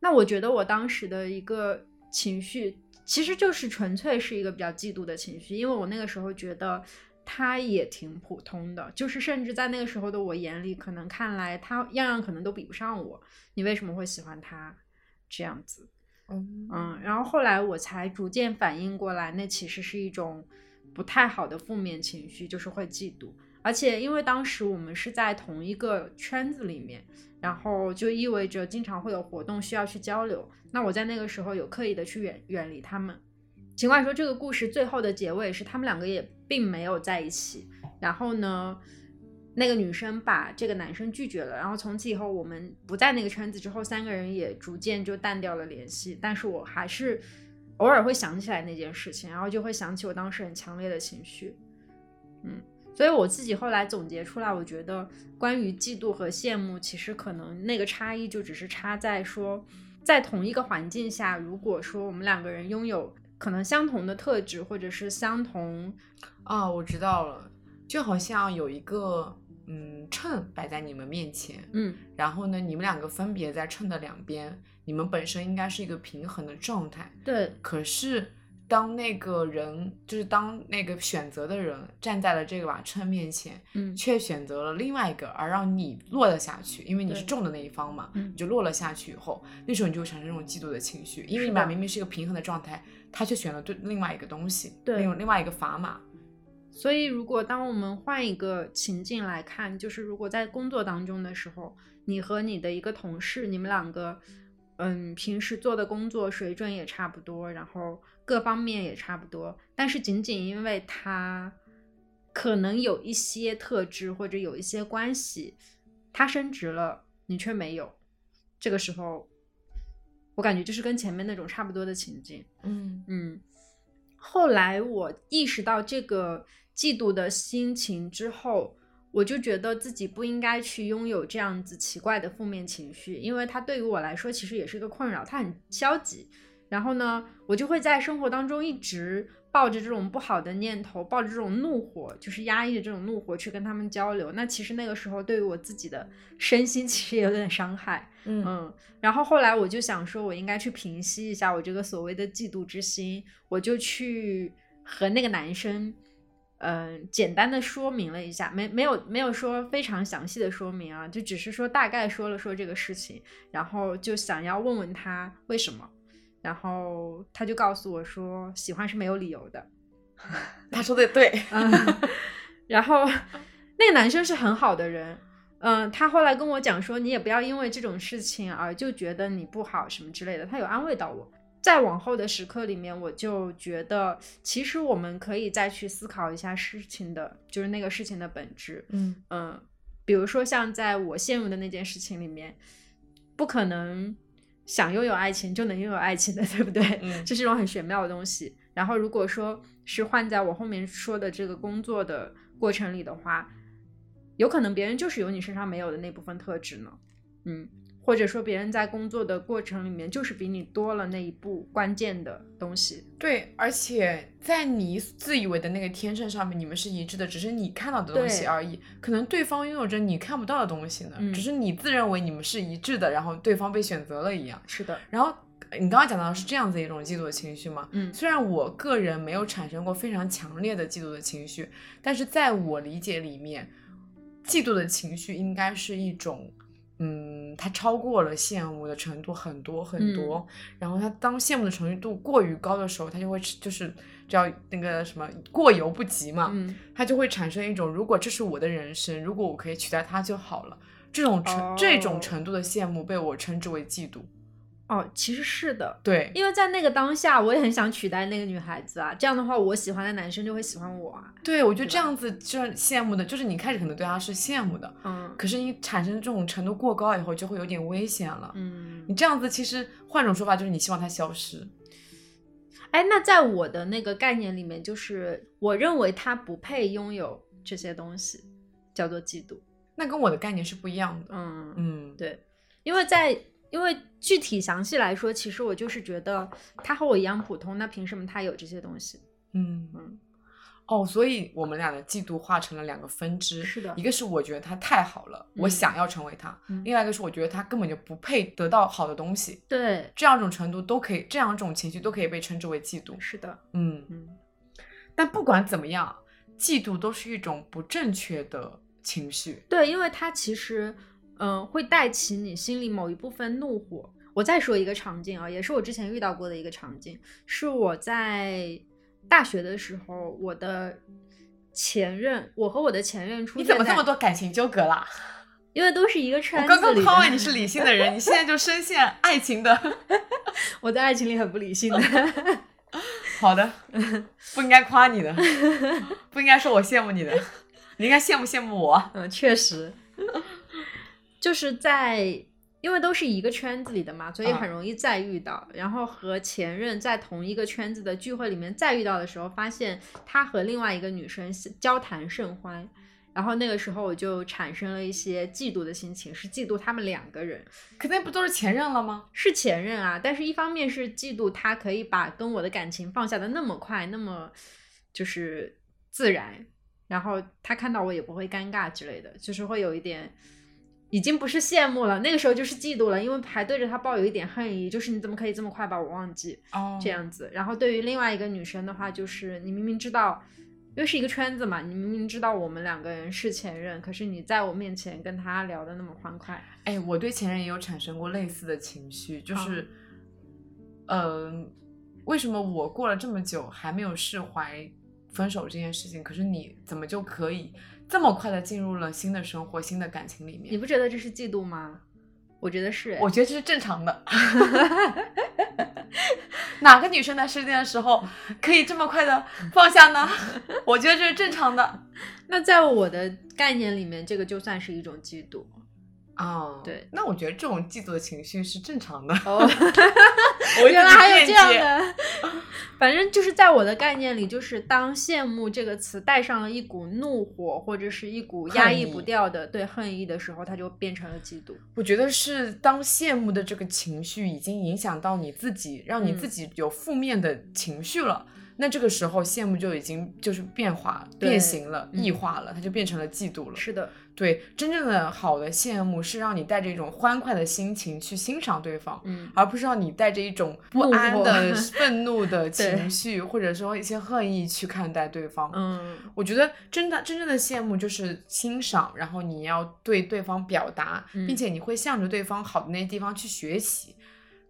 [SPEAKER 3] 那我觉得我当时的一个情绪，其实就是纯粹是一个比较嫉妒的情绪，因为我那个时候觉得他也挺普通的，就是甚至在那个时候的我眼里，可能看来他样样可能都比不上我，你为什么会喜欢他？这样子，
[SPEAKER 2] 嗯，
[SPEAKER 3] 嗯，然后后来我才逐渐反应过来，那其实是一种不太好的负面情绪，就是会嫉妒。而且因为当时我们是在同一个圈子里面，然后就意味着经常会有活动需要去交流。那我在那个时候有刻意的去远远离他们。尽管说这个故事最后的结尾是他们两个也并没有在一起，然后呢，那个女生把这个男生拒绝了，然后从此以后我们不在那个圈子之后，三个人也逐渐就淡掉了联系。但是我还是偶尔会想起来那件事情，然后就会想起我当时很强烈的情绪。嗯，所以我自己后来总结出来，我觉得关于嫉妒和羡慕，其实可能那个差异就只是差在说，在同一个环境下，如果说我们两个人拥有可能相同的特质，或者是相同
[SPEAKER 2] 啊，我知道了，就好像有一个嗯秤摆在你们面前，
[SPEAKER 3] 嗯
[SPEAKER 2] 然后呢，你们两个分别在秤的两边，你们本身应该是一个平衡的状态，
[SPEAKER 3] 对
[SPEAKER 2] 可是。当那个人就是当那个选择的人站在了这把秤面前，
[SPEAKER 3] 嗯
[SPEAKER 2] 却选择了另外一个，而让你落了下去，因为你是
[SPEAKER 3] 对
[SPEAKER 2] 中的那一方嘛。
[SPEAKER 3] 嗯
[SPEAKER 2] 你就落了下去以后，那时候你就会产生这种嫉妒的情绪，因为
[SPEAKER 3] 是
[SPEAKER 2] 你们俩
[SPEAKER 3] 的
[SPEAKER 2] 明明是一个平衡的状态，他却选了对另外一个东西，
[SPEAKER 3] 对
[SPEAKER 2] 另另外一个砝码。
[SPEAKER 3] 所以，如果当我们换一个情境来看，就是如果在工作当中的时候，你和你的一个同事，你们两个，嗯，平时做的工作水准也差不多，然后各方面也差不多，但是仅仅因为他可能有一些特质或者有一些关系，他升职了，你却没有，这个时候，我感觉就是跟前面那种差不多的情境。
[SPEAKER 2] 嗯
[SPEAKER 3] 嗯，后来我意识到这个嫉妒的心情之后，我就觉得自己不应该去拥有这样子奇怪的负面情绪，因为它对于我来说其实也是一个困扰，它很消极。然后呢，我就会在生活当中一直抱着这种不好的念头，抱着这种怒火，就是压抑着这种怒火去跟他们交流。那其实那个时候对于我自己的身心 其实也有点伤害。
[SPEAKER 2] 嗯
[SPEAKER 3] 嗯，然后后来我就想说，我应该去平息一下我这个所谓的嫉妒之心，我就去和那个男生，嗯、简单的说明了一下，没没有没有说非常详细的说明啊，就只是说大概说了说这个事情，然后就想要问问他为什么，然后他就告诉我说，喜欢是没有理由的，
[SPEAKER 2] 他说的对，
[SPEAKER 3] 嗯， 然后那个男生是很好的人，嗯，他后来跟我讲说，你也不要因为这种事情而就觉得你不好什么之类的，他有安慰到我。再往后的时刻里面，我就觉得，其实我们可以再去思考一下事情的，就是那个事情的本质。
[SPEAKER 2] 嗯
[SPEAKER 3] 嗯，比如说像在我陷入的那件事情里面，不可能想拥有爱情就能拥有爱情的， 对不对？
[SPEAKER 2] 嗯
[SPEAKER 3] 这是一种很玄妙的东西。然后如果说是换在我后面说的这个工作的过程里的话，有可能别人就是有你身上没有的那部分特质呢，嗯。或者说，别人在工作的过程里面，就是比你多了那一步关键的东西。
[SPEAKER 2] 对，而且在你自以为的那个天秤上面，你们是一致的，只是你看到的东西
[SPEAKER 3] 对
[SPEAKER 2] 而已，可能对方拥有着你看不到的东西呢，
[SPEAKER 3] 嗯
[SPEAKER 2] 只是你自认为你们是一致的，然后对方被选择了一样。
[SPEAKER 3] 是的，
[SPEAKER 2] 然后呃你刚刚讲到的是这样子一种嫉妒的情绪吗？
[SPEAKER 3] 嗯
[SPEAKER 2] 虽然我个人没有产生过非常强烈的嫉妒的情绪，但是在我理解里面，嫉妒的情绪应该是一种嗯，它超过了羡慕的程度很多很
[SPEAKER 3] 嗯
[SPEAKER 2] 多。然后它当羡慕的程度过于高的时候，它就会就是叫那个什么过犹不及嘛，
[SPEAKER 3] 嗯，
[SPEAKER 2] 它就会产生一种如果这是我的人生，如果我可以取代它就好了。这种程、这
[SPEAKER 3] 哦
[SPEAKER 2] 种程度的羡慕被我称之为嫉妒。
[SPEAKER 3] 哦，其实是的，
[SPEAKER 2] 对，
[SPEAKER 3] 因为在那个当下，我也很想取代那个女孩子啊。这样的话，我喜欢的男生就会喜欢我啊。
[SPEAKER 2] 对我觉得
[SPEAKER 3] 对
[SPEAKER 2] 这样子就是羡慕的，就是你开始可能对他是羡慕的，
[SPEAKER 3] 嗯
[SPEAKER 2] 可是你产生这种程度过高以后，就会有点危险了。你
[SPEAKER 3] 嗯，
[SPEAKER 2] 这样子其实换种说法就是你希望它消失。
[SPEAKER 3] 哎，那在我的那个概念里面，就是我认为他不配拥有这些东西，叫做嫉妒。
[SPEAKER 2] 那跟我的概念是不一样的。
[SPEAKER 3] 嗯
[SPEAKER 2] 嗯，
[SPEAKER 3] 对，因为在因为具体详细来说，其实我就是觉得他和我一样普通，那凭什么他有这些东西？
[SPEAKER 2] 嗯
[SPEAKER 3] 嗯
[SPEAKER 2] 哦，所以我们俩的嫉妒化成了两个分支，
[SPEAKER 3] 是的
[SPEAKER 2] 一个是我觉得他太好了，我
[SPEAKER 3] 嗯
[SPEAKER 2] 想要成为他；
[SPEAKER 3] 嗯
[SPEAKER 2] 另外一个是我觉得他根本就不配得到好的东西。
[SPEAKER 3] 对，
[SPEAKER 2] 这样一种程度都可以，这样一种情绪都可以被称之为嫉妒。
[SPEAKER 3] 是的，
[SPEAKER 2] 嗯，
[SPEAKER 3] 嗯，
[SPEAKER 2] 但不管怎么样，嫉妒都是一种不正确的情绪。
[SPEAKER 3] 对，因为他其实嗯、呃会带起你心里某一部分怒火。我再说一个场景啊，也是我之前遇到过的一个场景，是我在大学的时候，我的前任，我和我的前任出
[SPEAKER 2] 你
[SPEAKER 3] 现
[SPEAKER 2] 怎么这么
[SPEAKER 3] 在
[SPEAKER 2] 多感情纠葛啦？
[SPEAKER 3] 因为都是一个圈
[SPEAKER 2] 我
[SPEAKER 3] 子
[SPEAKER 2] 刚刚
[SPEAKER 3] 里
[SPEAKER 2] 夸
[SPEAKER 3] 的
[SPEAKER 2] 完你是理性的人，你现在就深陷爱情 的。
[SPEAKER 3] 我在爱情里很不理性的。
[SPEAKER 2] 好的，不应该夸 你的，不应该说我羡慕你的，你应该羡慕羡慕我。
[SPEAKER 3] 嗯，确实，就是在因为都是一个圈子里的嘛，所以
[SPEAKER 2] 嗯
[SPEAKER 3] 很容易再遇到。然后和前任在同一个圈子的聚会里面再遇到的时候，发现他和另外一个女生是交谈甚欢。然后那个时候我就产生了一些嫉妒的心情，是嫉妒他们两个人
[SPEAKER 2] 可那不都是前任了吗？
[SPEAKER 3] 是前任啊，但是一方面是嫉妒他可以把跟我的感情放下的那么快，那么就是自然，然后他看到我也不会尴尬之类的，就是会有一点，已经不是羡慕了，那个时候就是嫉妒了，因为还对着他抱有一点恨意，就是你怎么可以这么快把我忘记
[SPEAKER 2] 哦
[SPEAKER 3] 这，样子。然后对于另外一个女生的话，就是你明明知道。因为是一个圈子嘛，你明明知道我们两个人是前任，可是你在我面前跟他聊的那么欢快，
[SPEAKER 2] 哎，我对前任也有产生过类似的情绪，就是，嗯、为什么我过了这么久还没有释怀分手这件事情，可是你怎么就可以这么快的进入了新的生活、新的感情里
[SPEAKER 3] 你
[SPEAKER 2] 面？
[SPEAKER 3] 不觉得这是嫉妒吗？我觉得是哎，
[SPEAKER 2] 我觉得这是正常的。 哪个女生在失恋的时候可以这么快的放下呢？ 我觉得这是正常的。
[SPEAKER 3] 那在我的概念里面，这个就算是一种嫉妒
[SPEAKER 2] 哦，
[SPEAKER 3] 对，
[SPEAKER 2] 那我觉得这种嫉妒的情绪是正常的。
[SPEAKER 3] 哦。
[SPEAKER 2] 我
[SPEAKER 3] 原来还有
[SPEAKER 2] 自己
[SPEAKER 3] 这
[SPEAKER 2] 辩
[SPEAKER 3] 样
[SPEAKER 2] 解。
[SPEAKER 3] 的，反正就是在我的概念里，就是当“羡慕”这个词带上了一股怒火或者是一股压抑
[SPEAKER 2] 恨意
[SPEAKER 3] 不掉的对恨意的时候，它就变成了嫉妒。
[SPEAKER 2] 我觉得是当羡慕的这个情绪已经影响到你自己，让你
[SPEAKER 3] 嗯
[SPEAKER 2] 自己有负面的情绪了。那这个时候，羡慕就已经就是变化、
[SPEAKER 3] 对
[SPEAKER 2] 变形了、
[SPEAKER 3] 嗯
[SPEAKER 2] 异化了，它就变成了嫉妒了。
[SPEAKER 3] 是的，
[SPEAKER 2] 对，真正的好的羡慕是让你带着一种欢快的心情去欣赏对方，
[SPEAKER 3] 嗯，
[SPEAKER 2] 而不是让你带着一种不
[SPEAKER 3] 怒
[SPEAKER 2] 安
[SPEAKER 3] 火
[SPEAKER 2] 的、愤怒的
[SPEAKER 3] 对
[SPEAKER 2] 情绪，或者说一些恨意去看待对方。
[SPEAKER 3] 嗯，
[SPEAKER 2] 我觉得真的真正的羡慕就是欣赏，然后你要对对方表达，
[SPEAKER 3] 嗯
[SPEAKER 2] 并且你会向着对方好的那些地方去学习，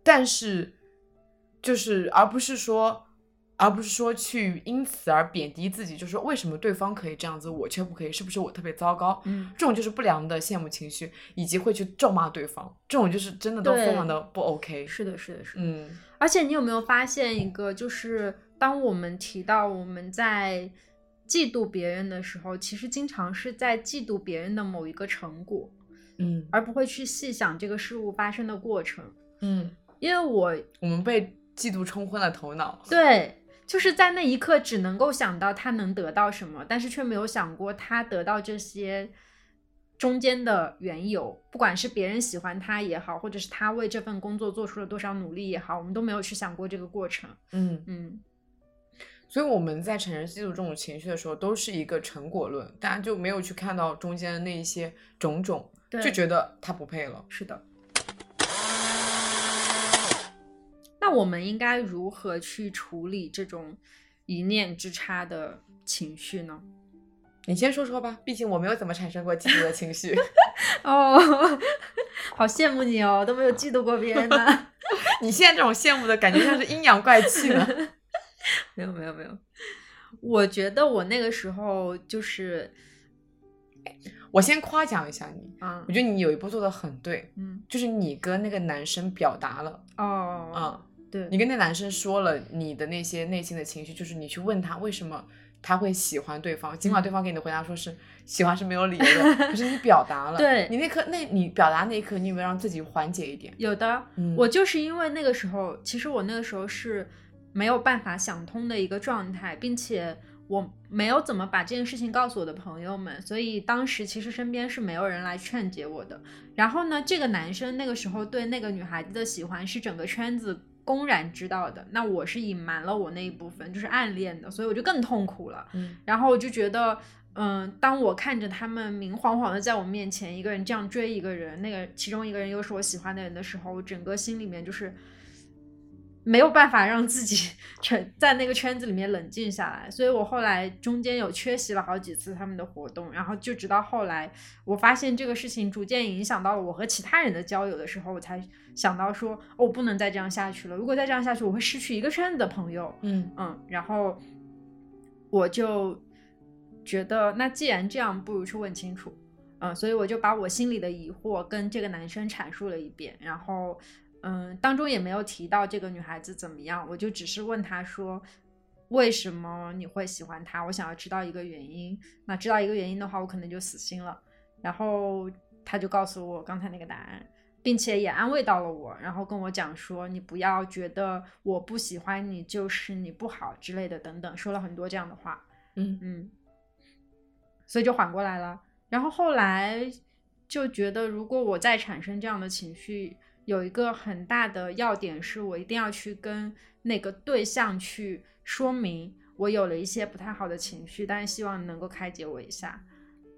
[SPEAKER 2] 但是就是而不是说。而不是说去因此而贬低自己，就说为什么对方可以这样子，我却不可以？是不是我特别糟糕？
[SPEAKER 3] 嗯
[SPEAKER 2] 这种就是不良的羡慕情绪，以及会去咒骂对方，这种就是真的都非
[SPEAKER 3] 对
[SPEAKER 2] 常的不 OK。
[SPEAKER 3] 是的，是的，是的。
[SPEAKER 2] 嗯，
[SPEAKER 3] 而且你有没有发现一个，就是当我们提到我们在嫉妒别人的时候，其实经常是在嫉妒别人的某一个成果，
[SPEAKER 2] 嗯
[SPEAKER 3] 而不会去细想这个事物发生的过程。
[SPEAKER 2] 嗯，
[SPEAKER 3] 因为我
[SPEAKER 2] 我们被嫉妒冲昏了头脑。
[SPEAKER 3] 对，就是在那一刻只能够想到他能得到什么，但是却没有想过他得到这些中间的缘由，不管是别人喜欢他也好，或者是他为这份工作做出了多少努力也好，我们都没有去想过这个过程。
[SPEAKER 2] 嗯，
[SPEAKER 3] 嗯，
[SPEAKER 2] 所以我们在产生嫉妒这种情绪的时候，都是一个成果论，大家就没有去看到中间的那一些种种，
[SPEAKER 3] 对，
[SPEAKER 2] 就觉得他不配了。
[SPEAKER 3] 是的。那我们应该如何去处理这种一念之差的情绪呢？
[SPEAKER 2] 你先说说吧，毕竟我没有怎么产生过嫉妒的情绪。
[SPEAKER 3] 哦， 好羡慕你哦，都没有嫉妒过别人呢。
[SPEAKER 2] 你现在这种羡慕的感觉像是阴阳怪气呢。
[SPEAKER 3] 没有没有没有，我觉得我那个时候就是，
[SPEAKER 2] 我先夸奖一下你，
[SPEAKER 3] 嗯
[SPEAKER 2] 我觉得你有一步做的很对，
[SPEAKER 3] 嗯
[SPEAKER 2] 就是你跟那个男生表达了，
[SPEAKER 3] 哦，
[SPEAKER 2] 啊、
[SPEAKER 3] 对，
[SPEAKER 2] 你跟那男生说了你的那些内心的情绪，就是你去问他为什么他会喜欢对方，
[SPEAKER 3] 嗯
[SPEAKER 2] 尽管对方给你的回答说是喜欢是没有理由的，可是你表达了，
[SPEAKER 3] 对
[SPEAKER 2] 你那刻那你表达那一刻，你有没有让自己缓解一点？
[SPEAKER 3] 有的，
[SPEAKER 2] 嗯，
[SPEAKER 3] 我就是因为那个时候，其实我那个时候是没有办法想通的一个状态，并且我没有怎么把这件事情告诉我的朋友们，所以当时其实身边是没有人来劝解我的。然后呢，这个男生那个时候对那个女孩子的喜欢是整个圈子公然知道的，那我是隐瞒了我那一部分，就是暗恋的，所以我就更痛苦了。
[SPEAKER 2] 嗯
[SPEAKER 3] 然后我就觉得，嗯，当我看着他们明晃晃的在我面前一个人这样追一个人，那个其中一个人又是我喜欢的人的时候，我整个心里面就是没有办法让自己 沉在那个圈子里面冷静下来，所以我后来中间有缺席了好几次他们的活动，然后就直到后来我发现这个事情逐渐影响到了我和其他人的交友的时候，我才想到说，哦，不能再这样下去了，如果再这样下去，我会失去一个圈子的朋友。
[SPEAKER 2] 嗯
[SPEAKER 3] 嗯，然后我就觉得，那既然这样，不如去问清楚。嗯，所以我就把我心里的疑惑跟这个男生阐述了一遍，然后，嗯，当中也没有提到这个女孩子怎么样，我就只是问他说，为什么你会喜欢她？我想要知道一个原因。那知道一个原因的话，我可能就死心了。然后他就告诉我刚才那个答案，并且也安慰到了我，然后跟我讲说你不要觉得我不喜欢你就是你不好之类的等等，说了很多这样的话，
[SPEAKER 2] 嗯，
[SPEAKER 3] 嗯，所以就缓过来了。然后后来就觉得，如果我再产生这样的情绪，有一个很大的要点是我一定要去跟那个对象去说明我有了一些不太好的情绪，但是希望你能够开解我一下。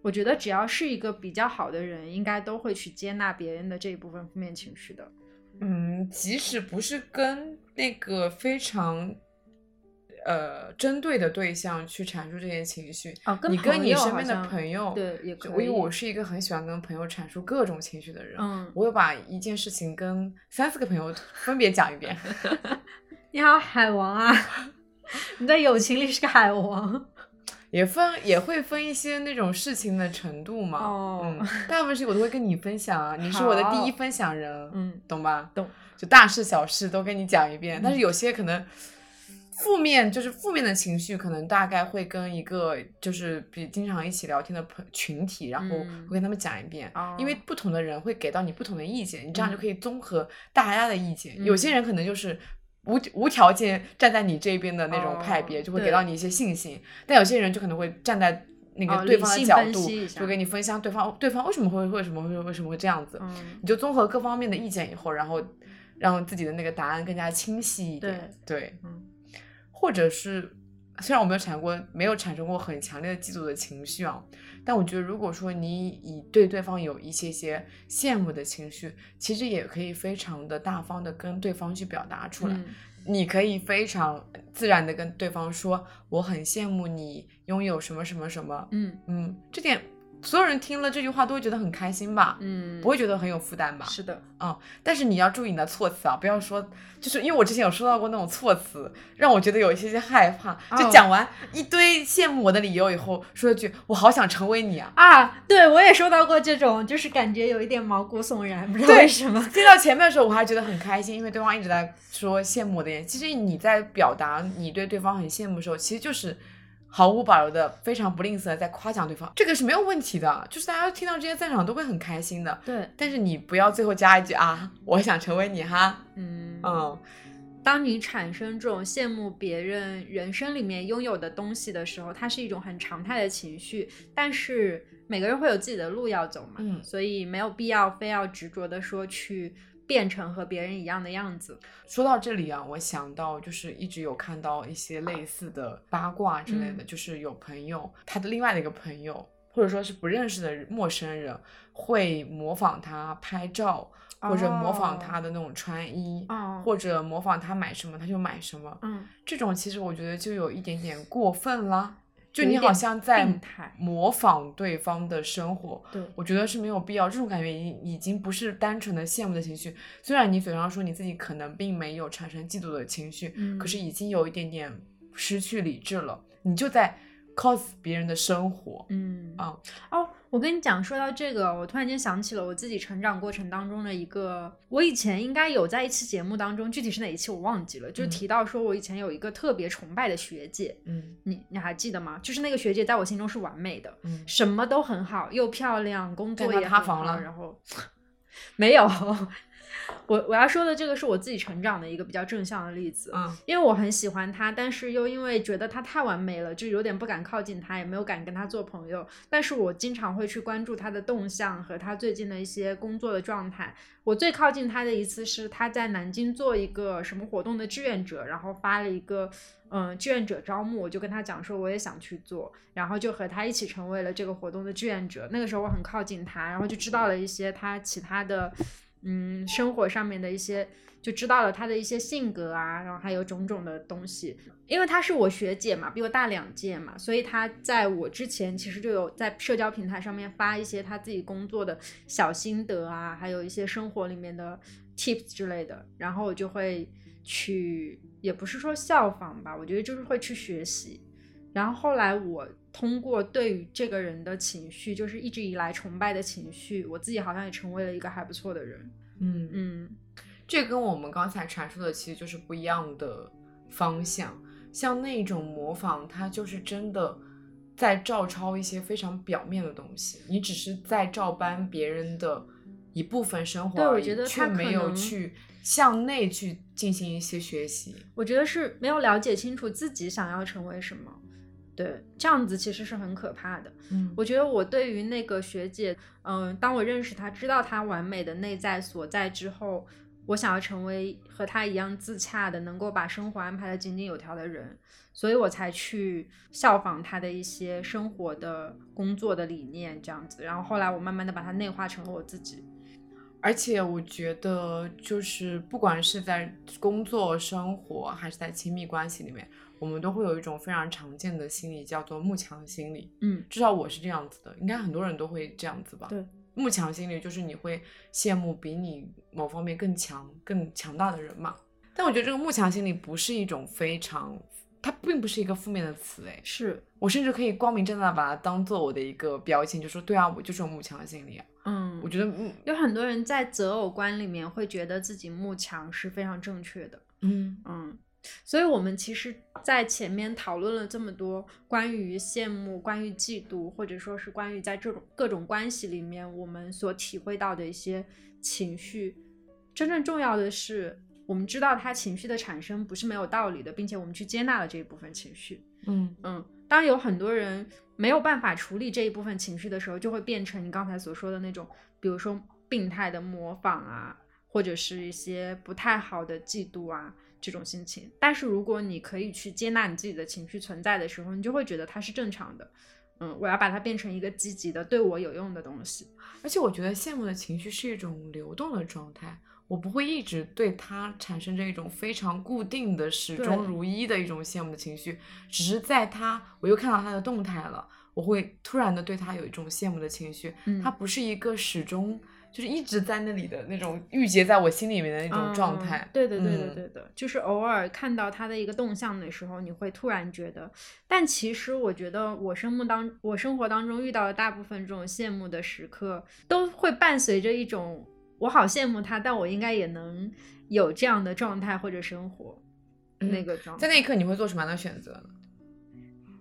[SPEAKER 3] 我觉得只要是一个比较好的人，应该都会去接纳别人的这一部分负面情绪的。
[SPEAKER 2] 嗯，即使不是跟那个非常呃针对的对象去阐述这些情绪，
[SPEAKER 3] 哦，跟
[SPEAKER 2] 你跟
[SPEAKER 3] 朋
[SPEAKER 2] 你
[SPEAKER 3] 友
[SPEAKER 2] 身
[SPEAKER 3] 好
[SPEAKER 2] 边的
[SPEAKER 3] 像
[SPEAKER 2] 朋友，
[SPEAKER 3] 对也
[SPEAKER 2] 就
[SPEAKER 3] 可
[SPEAKER 2] 我因为
[SPEAKER 3] 以
[SPEAKER 2] 我是一个很喜欢跟朋友阐述各种情绪的人，
[SPEAKER 3] 嗯，
[SPEAKER 2] 我会把一件事情跟三四个朋友分别讲一遍。
[SPEAKER 3] 你好海王啊， 你在友情里是个海王。
[SPEAKER 2] 也分也会分一些那种事情的程度嘛。
[SPEAKER 3] 哦
[SPEAKER 2] 嗯， 大部分事情我都会跟你分享啊，你是我的第一
[SPEAKER 3] 好
[SPEAKER 2] 分享人，
[SPEAKER 3] 嗯
[SPEAKER 2] 懂吧？
[SPEAKER 3] 懂，
[SPEAKER 2] 就大事小事都跟你讲一遍。
[SPEAKER 3] 嗯
[SPEAKER 2] 但是有些可能负面，就是负面的情绪，可能大概会跟一个就是比经常一起聊天的朋群体，然后
[SPEAKER 3] 嗯
[SPEAKER 2] 会跟他们讲一遍。
[SPEAKER 3] 哦
[SPEAKER 2] 因为不同的人会给到你不同的意见，你这样
[SPEAKER 3] 嗯
[SPEAKER 2] 就可以综合大家的意见。
[SPEAKER 3] 嗯
[SPEAKER 2] 有些人可能就是无无条件站在你这边的那种派别，
[SPEAKER 3] 哦
[SPEAKER 2] 就会给
[SPEAKER 3] 对
[SPEAKER 2] 到你一些信心。但有些人就可能会站在那
[SPEAKER 3] 哦
[SPEAKER 2] 个对方
[SPEAKER 3] 理
[SPEAKER 2] 的
[SPEAKER 3] 性
[SPEAKER 2] 角
[SPEAKER 3] 分
[SPEAKER 2] 度，
[SPEAKER 3] 析一下
[SPEAKER 2] 就给你分享对方对方为什么会为什么会为什么会这样子，
[SPEAKER 3] 嗯
[SPEAKER 2] 你就综合各方面的意见以后，然后让自己的那个答案更加清晰一点。对，
[SPEAKER 3] 嗯
[SPEAKER 2] 或者是虽然我没有产过没有产生过很强烈的嫉妒的情绪啊，但我觉得如果说你以对对方有一些些羡慕的情绪，其实也可以非常的大方的跟对方去表达出来。
[SPEAKER 3] 嗯
[SPEAKER 2] 你可以非常自然的跟对方说，我很羡慕你拥有什么什么什么。
[SPEAKER 3] 嗯
[SPEAKER 2] 嗯，这点所有人听了这句话都会觉得很开心吧？
[SPEAKER 3] 嗯，
[SPEAKER 2] 不会觉得很有负担吧？
[SPEAKER 3] 是的，
[SPEAKER 2] 但是你要注意你的措辞啊，不要说，就是因为我之前有收到过那种措辞，让我觉得有一些些害怕。就
[SPEAKER 3] 哦
[SPEAKER 2] 讲完一堆羡慕我的理由以后，说一句“我好想成为你啊
[SPEAKER 3] 啊，对我也收到过这种，就是感觉有一点毛骨悚然，不知道
[SPEAKER 2] 对
[SPEAKER 3] 为什么”。。
[SPEAKER 2] 听到前面的时候，我还觉得很开心，因为对方一直在说羡慕我的眼。其实你在表达你对对方很羡慕的时候，其实就是毫无保留的、非常不吝啬的在夸奖对方，这个是没有问题的。就是大家听到这些赞赏都会很开心的。
[SPEAKER 3] 对，
[SPEAKER 2] 但是你不要最后加一句啊，我想成为你哈，
[SPEAKER 3] 嗯
[SPEAKER 2] 嗯。
[SPEAKER 3] 当你产生这种羡慕别人人生里面拥有的东西的时候，它是一种很常态的情绪，但是每个人会有自己的路要走嘛，
[SPEAKER 2] 嗯
[SPEAKER 3] 所以没有必要非要执着的说去变成和别人一样的样子。
[SPEAKER 2] 说到这里啊，我想到就是一直有看到一些类似的八卦之类的，
[SPEAKER 3] 嗯
[SPEAKER 2] 就是有朋友他的另外的一个朋友，或者说是不认识的陌生人，会模仿他拍照，或者模仿他的那种穿衣，
[SPEAKER 3] 哦，
[SPEAKER 2] 或者模仿他买什么他就买什么。
[SPEAKER 3] 嗯，
[SPEAKER 2] 这种其实我觉得就有一点点过分啦。就
[SPEAKER 3] 有一
[SPEAKER 2] 你好
[SPEAKER 3] 点
[SPEAKER 2] 像在
[SPEAKER 3] 病态
[SPEAKER 2] 模仿对方的生活，
[SPEAKER 3] 对，
[SPEAKER 2] 我觉得是没有必要。这种感觉已经已经不是单纯的羡慕的情绪，虽然你嘴上说你自己可能并没有产生嫉妒的情绪，
[SPEAKER 3] 嗯
[SPEAKER 2] 可是已经有一点点失去理智了，你就在 cos 别人的生活。
[SPEAKER 3] 嗯
[SPEAKER 2] 啊
[SPEAKER 3] 哦，我跟你讲，说到这个，我突然间想起了我自己成长过程当中的一个，我以前应该有在一期节目当中，具体是哪一期我忘记了，就是
[SPEAKER 2] 嗯
[SPEAKER 3] 提到说我以前有一个特别崇拜的学姐，
[SPEAKER 2] 嗯
[SPEAKER 3] 你你还记得吗？就是那个学姐在我心中是完美的，
[SPEAKER 2] 嗯，
[SPEAKER 3] 什么都很好，又漂亮，工作
[SPEAKER 2] 但她
[SPEAKER 3] 也
[SPEAKER 2] 塌
[SPEAKER 3] 很
[SPEAKER 2] 房
[SPEAKER 3] 好
[SPEAKER 2] 了
[SPEAKER 3] 然后没有， 我我要说的这个是我自己成长的一个比较正向的例子。
[SPEAKER 2] 嗯
[SPEAKER 3] 因为我很喜欢他，但是又因为觉得他太完美了，就有点不敢靠近他，也没有敢跟他做朋友。但是我经常会去关注他的动向和他最近的一些工作的状态。我最靠近他的一次是他在南京做一个什么活动的志愿者，然后发了一个嗯志愿者招募，我就跟他讲说我也想去做，然后就和他一起成为了这个活动的志愿者。那个时候我很靠近他，然后就知道了一些他其他的嗯生活上面的一些，就知道了他的一些性格啊，然后还有种种的东西。因为她是我学姐嘛，比我大两届嘛，所以她在我之前其实就有在社交平台上面发一些她自己工作的小心得啊，还有一些生活里面的 tips 之类的，然后我就会去，也不是说效仿吧，我觉得就是会去学习。然后后来我通过对于这个人的情绪，就是一直以来崇拜的情绪，我自己好像也成为了一个还不错的人。
[SPEAKER 2] 嗯
[SPEAKER 3] 嗯
[SPEAKER 2] 这跟我们刚才阐述的其实就是不一样的方向。像那种模仿，它就是真的在照抄一些非常表面的东西，你只是在照搬别人的一部分生活
[SPEAKER 3] 对我
[SPEAKER 2] 而已，
[SPEAKER 3] 觉得
[SPEAKER 2] 却
[SPEAKER 3] 它可
[SPEAKER 2] 没有
[SPEAKER 3] 能
[SPEAKER 2] 去向内去进行一些学习。
[SPEAKER 3] 我觉得是没有了解清楚自己想要成为什么，对，这样子其实是很可怕的。
[SPEAKER 2] 嗯
[SPEAKER 3] 我觉得我对于那个学姐，嗯、当我认识她，知道她完美的内在所在之后，我想要成为和她一样自洽的，能够把生活安排的井井有条的人，所以我才去效仿她的一些生活的、工作的理念这样子。然后后来我慢慢的把它内化成了我自己。
[SPEAKER 2] 而且我觉得，就是不管是在工作、生活，还是在亲密关系里面，我们都会有一种非常常见的心理，叫做慕强心理。
[SPEAKER 3] 嗯，
[SPEAKER 2] 至少我是这样子的，应该很多人都会这样子吧？
[SPEAKER 3] 对，
[SPEAKER 2] 慕强心理就是你会羡慕比你某方面更强、更强大的人嘛。但我觉得这个慕强心理不是一种非常，它并不是一个负面的词诶，
[SPEAKER 3] 是，
[SPEAKER 2] 我甚至可以光明正大把它当做我的一个标签，就说对啊，我就是有慕强心理啊。
[SPEAKER 3] 嗯，
[SPEAKER 2] 我觉得，嗯
[SPEAKER 3] 有很多人在择偶观里面会觉得自己慕强是非常正确的，
[SPEAKER 2] 嗯
[SPEAKER 3] 嗯，所以我们其实，在前面讨论了这么多关于羡慕、关于嫉妒，或者说是关于在这种各种关系里面我们所体会到的一些情绪，真正重要的是，我们知道它情绪的产生不是没有道理的，并且我们去接纳了这一部分情绪，
[SPEAKER 2] 嗯，
[SPEAKER 3] 嗯，当有很多人没有办法处理这一部分情绪的时候，就会变成你刚才所说的那种，比如说病态的模仿啊，或者是一些不太好的嫉妒啊这种心情。但是如果你可以去接纳你自己的情绪存在的时候，你就会觉得它是正常的。嗯，我要把它变成一个积极的、对我有用的东西。
[SPEAKER 2] 而且我觉得羡慕的情绪是一种流动的状态，我不会一直对它产生着一种非常固定的、始终
[SPEAKER 3] 对
[SPEAKER 2] 如一的一种羡慕的情绪，只是在它我又看到它的动态了，我会突然的对它有一种羡慕的情绪，
[SPEAKER 3] 嗯
[SPEAKER 2] 它不是一个始终就是一直在那里的那种郁结在我心里面的那种状态。
[SPEAKER 3] 嗯对的，对的，
[SPEAKER 2] 嗯
[SPEAKER 3] 对的，就是偶尔看到他的一个动向的时候，你会突然觉得。但其实我觉得我生目当我生活当中遇到的大部分这种羡慕的时刻，都会伴随着一种我好羡慕他，但我应该也能有这样的状态或者生活。
[SPEAKER 2] 嗯
[SPEAKER 3] 那个状态
[SPEAKER 2] 在那一刻你会做什么样的选择呢？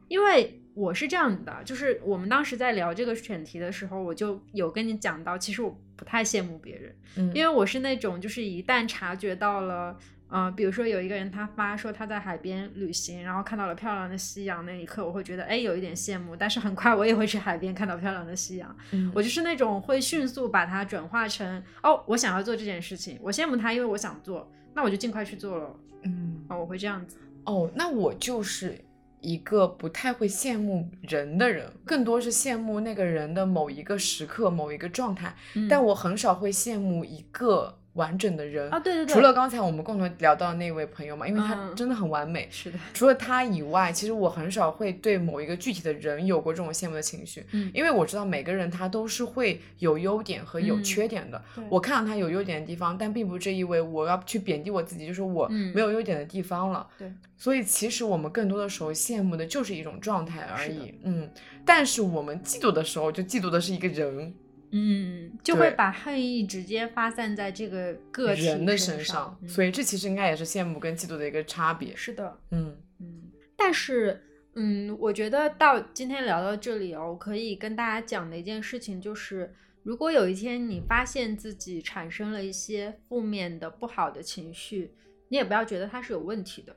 [SPEAKER 3] 因为我是这样的，就是我们当时在聊这个选题的时候，我就有跟你讲到，其实我不太羡慕别人，
[SPEAKER 2] 嗯
[SPEAKER 3] 因为我是那种就是一旦察觉到了，呃，比如说有一个人他发说他在海边旅行，然后看到了漂亮的夕阳，那一刻我会觉得哎有一点羡慕，但是很快我也会去海边看到漂亮的夕阳，
[SPEAKER 2] 嗯
[SPEAKER 3] 我就是那种会迅速把它转化成哦我想要做这件事情，我羡慕他，因为我想做，那我就尽快去做了，
[SPEAKER 2] 嗯
[SPEAKER 3] 啊、我会这样子，
[SPEAKER 2] 哦，那我就是一个不太会羡慕人的人，更多是羡慕嗯
[SPEAKER 3] 嗯
[SPEAKER 2] 那个人的某一个时刻、某一个状态，但
[SPEAKER 3] 我
[SPEAKER 2] 我很少会羡慕一个完整的人。
[SPEAKER 3] 啊，对对对，
[SPEAKER 2] 除了刚才我们共同聊到的那位朋友嘛，因为他
[SPEAKER 3] 嗯
[SPEAKER 2] 真的很完美。
[SPEAKER 3] 是的，
[SPEAKER 2] 除了他以外，其实我很少会对某一个具体的人有过这种羡慕的情绪，
[SPEAKER 3] 嗯
[SPEAKER 2] 因为我知道每个人他都是会有优点和有
[SPEAKER 3] 嗯
[SPEAKER 2] 缺点的。
[SPEAKER 3] 对
[SPEAKER 2] 我看到他有优点的地方，但并不这意味我要去贬低我自己，就是我
[SPEAKER 3] 嗯
[SPEAKER 2] 没有优点的地方了。
[SPEAKER 3] 对，
[SPEAKER 2] 所以其实我们更多的时候羡慕的就是一种状态而
[SPEAKER 3] 是的
[SPEAKER 2] 已。嗯，但是我们嫉妒的时候，就嫉妒的是一个人
[SPEAKER 3] 嗯，就会
[SPEAKER 2] 对
[SPEAKER 3] 把恨意直接发散在这个个体
[SPEAKER 2] 人的身
[SPEAKER 3] 身
[SPEAKER 2] 上，
[SPEAKER 3] 嗯
[SPEAKER 2] 所以这其实应该也是羡慕跟嫉妒的一个差别。
[SPEAKER 3] 是的，
[SPEAKER 2] 嗯
[SPEAKER 3] 嗯，但是，嗯，我觉得到今天聊到这里哦，我可以跟大家讲的一件事情就是，如果有一天你发现自己产生了一些负面的、不好的情绪，你也不要觉得它是有问题的。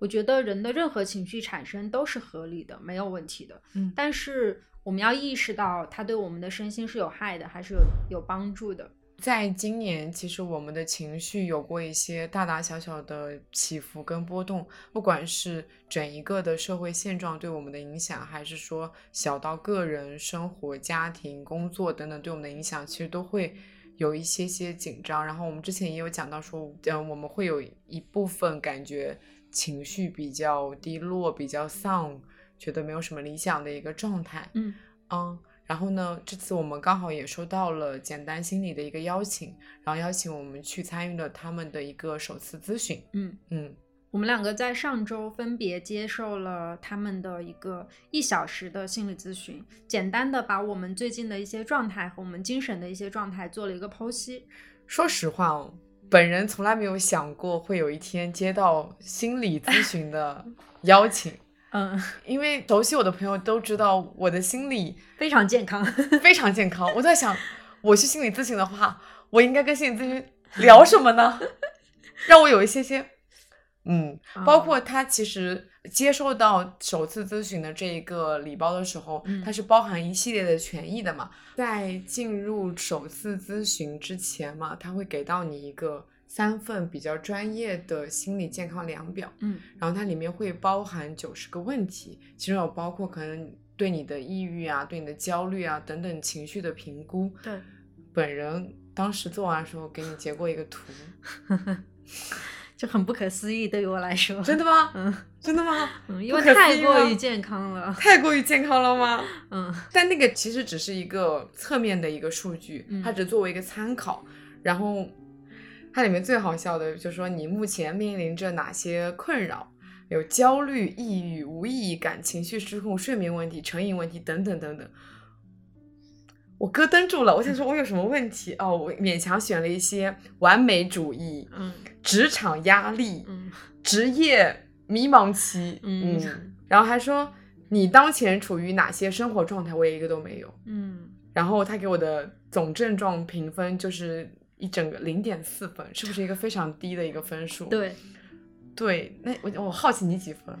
[SPEAKER 3] 我觉得人的任何情绪产生都是合理的，没有问题的。
[SPEAKER 2] 嗯
[SPEAKER 3] 但是我们要意识到它对我们的身心是有害的，还是有有帮助的。
[SPEAKER 2] 在今年，其实我们的情绪有过一些大大小小的起伏跟波动，不管是整一个的社会现状对我们的影响，还是说小到个人生活、家庭、工作等等对我们的影响，其实都会有一些些紧张。然后我们之前也有讲到说，呃，我们会有一部分感觉情绪比较低落、比较丧，觉得没有什么理想的一个状态。
[SPEAKER 3] 嗯，
[SPEAKER 2] 嗯，然后呢，这次我们刚好也收到了简单心理的一个邀请，然后邀请我们去参与了他们的一个首次咨询。
[SPEAKER 3] 嗯。
[SPEAKER 2] 嗯，
[SPEAKER 3] 我们两个在上周分别接受了他们的一个一小时的心理咨询，简单的把我们最近的一些状态和我们精神的一些状态做了一个剖析。
[SPEAKER 2] 说实话哦，本人从来没有想过会有一天接到心理咨询的邀请，
[SPEAKER 3] 嗯，
[SPEAKER 2] 因为熟悉我的朋友都知道我的心理
[SPEAKER 3] 非常健康。
[SPEAKER 2] 非常健康。我在想，我去心理咨询的话，我应该跟心理咨询聊什么呢？让我有一些些，嗯，包括他其实接受到首次咨询的这一个礼包的时候，
[SPEAKER 3] 嗯
[SPEAKER 2] 它是包含一系列的权益的嘛。在进入首次咨询之前嘛，他会给到你一个三份比较专业的心理健康量表，
[SPEAKER 3] 嗯
[SPEAKER 2] 然后它里面会包含九十个问题，其中有包括可能对你的抑郁啊、对你的焦虑啊等等情绪的评估。
[SPEAKER 3] 对，
[SPEAKER 2] 本人当时做完的时候给你截过一个 图，
[SPEAKER 3] 就很不可思议，对于我来说，
[SPEAKER 2] 真的吗？
[SPEAKER 3] 嗯
[SPEAKER 2] 真的吗？
[SPEAKER 3] 嗯，因
[SPEAKER 2] 不
[SPEAKER 3] 为
[SPEAKER 2] 可思
[SPEAKER 3] 太
[SPEAKER 2] 议啊
[SPEAKER 3] 过
[SPEAKER 2] 吗
[SPEAKER 3] 于健康 了。
[SPEAKER 2] 太过于健康了吗？
[SPEAKER 3] 嗯
[SPEAKER 2] 但那个其实只是一个侧面的一个数据，
[SPEAKER 3] 嗯
[SPEAKER 2] 它只作为一个参考。然后它里面最好笑的就是说你目前面临着哪些困扰，有焦虑、抑郁、无意义感、情绪失控、睡眠问题、成瘾问题等等等等。我咯噔住了，我想说，我有什么问题？哦，我勉强选了一些完美主义、
[SPEAKER 3] 嗯
[SPEAKER 2] 职场压力、
[SPEAKER 3] 嗯
[SPEAKER 2] 职业迷茫期，
[SPEAKER 3] 嗯
[SPEAKER 2] 然后还说你当前处于哪些生活状态，我也一个都没有。
[SPEAKER 3] 嗯，
[SPEAKER 2] 然后他给我的总症状评分就是一整个零点四分，是不是一个非常低的一个分数？
[SPEAKER 3] 对
[SPEAKER 2] 对，那我我好奇你几分？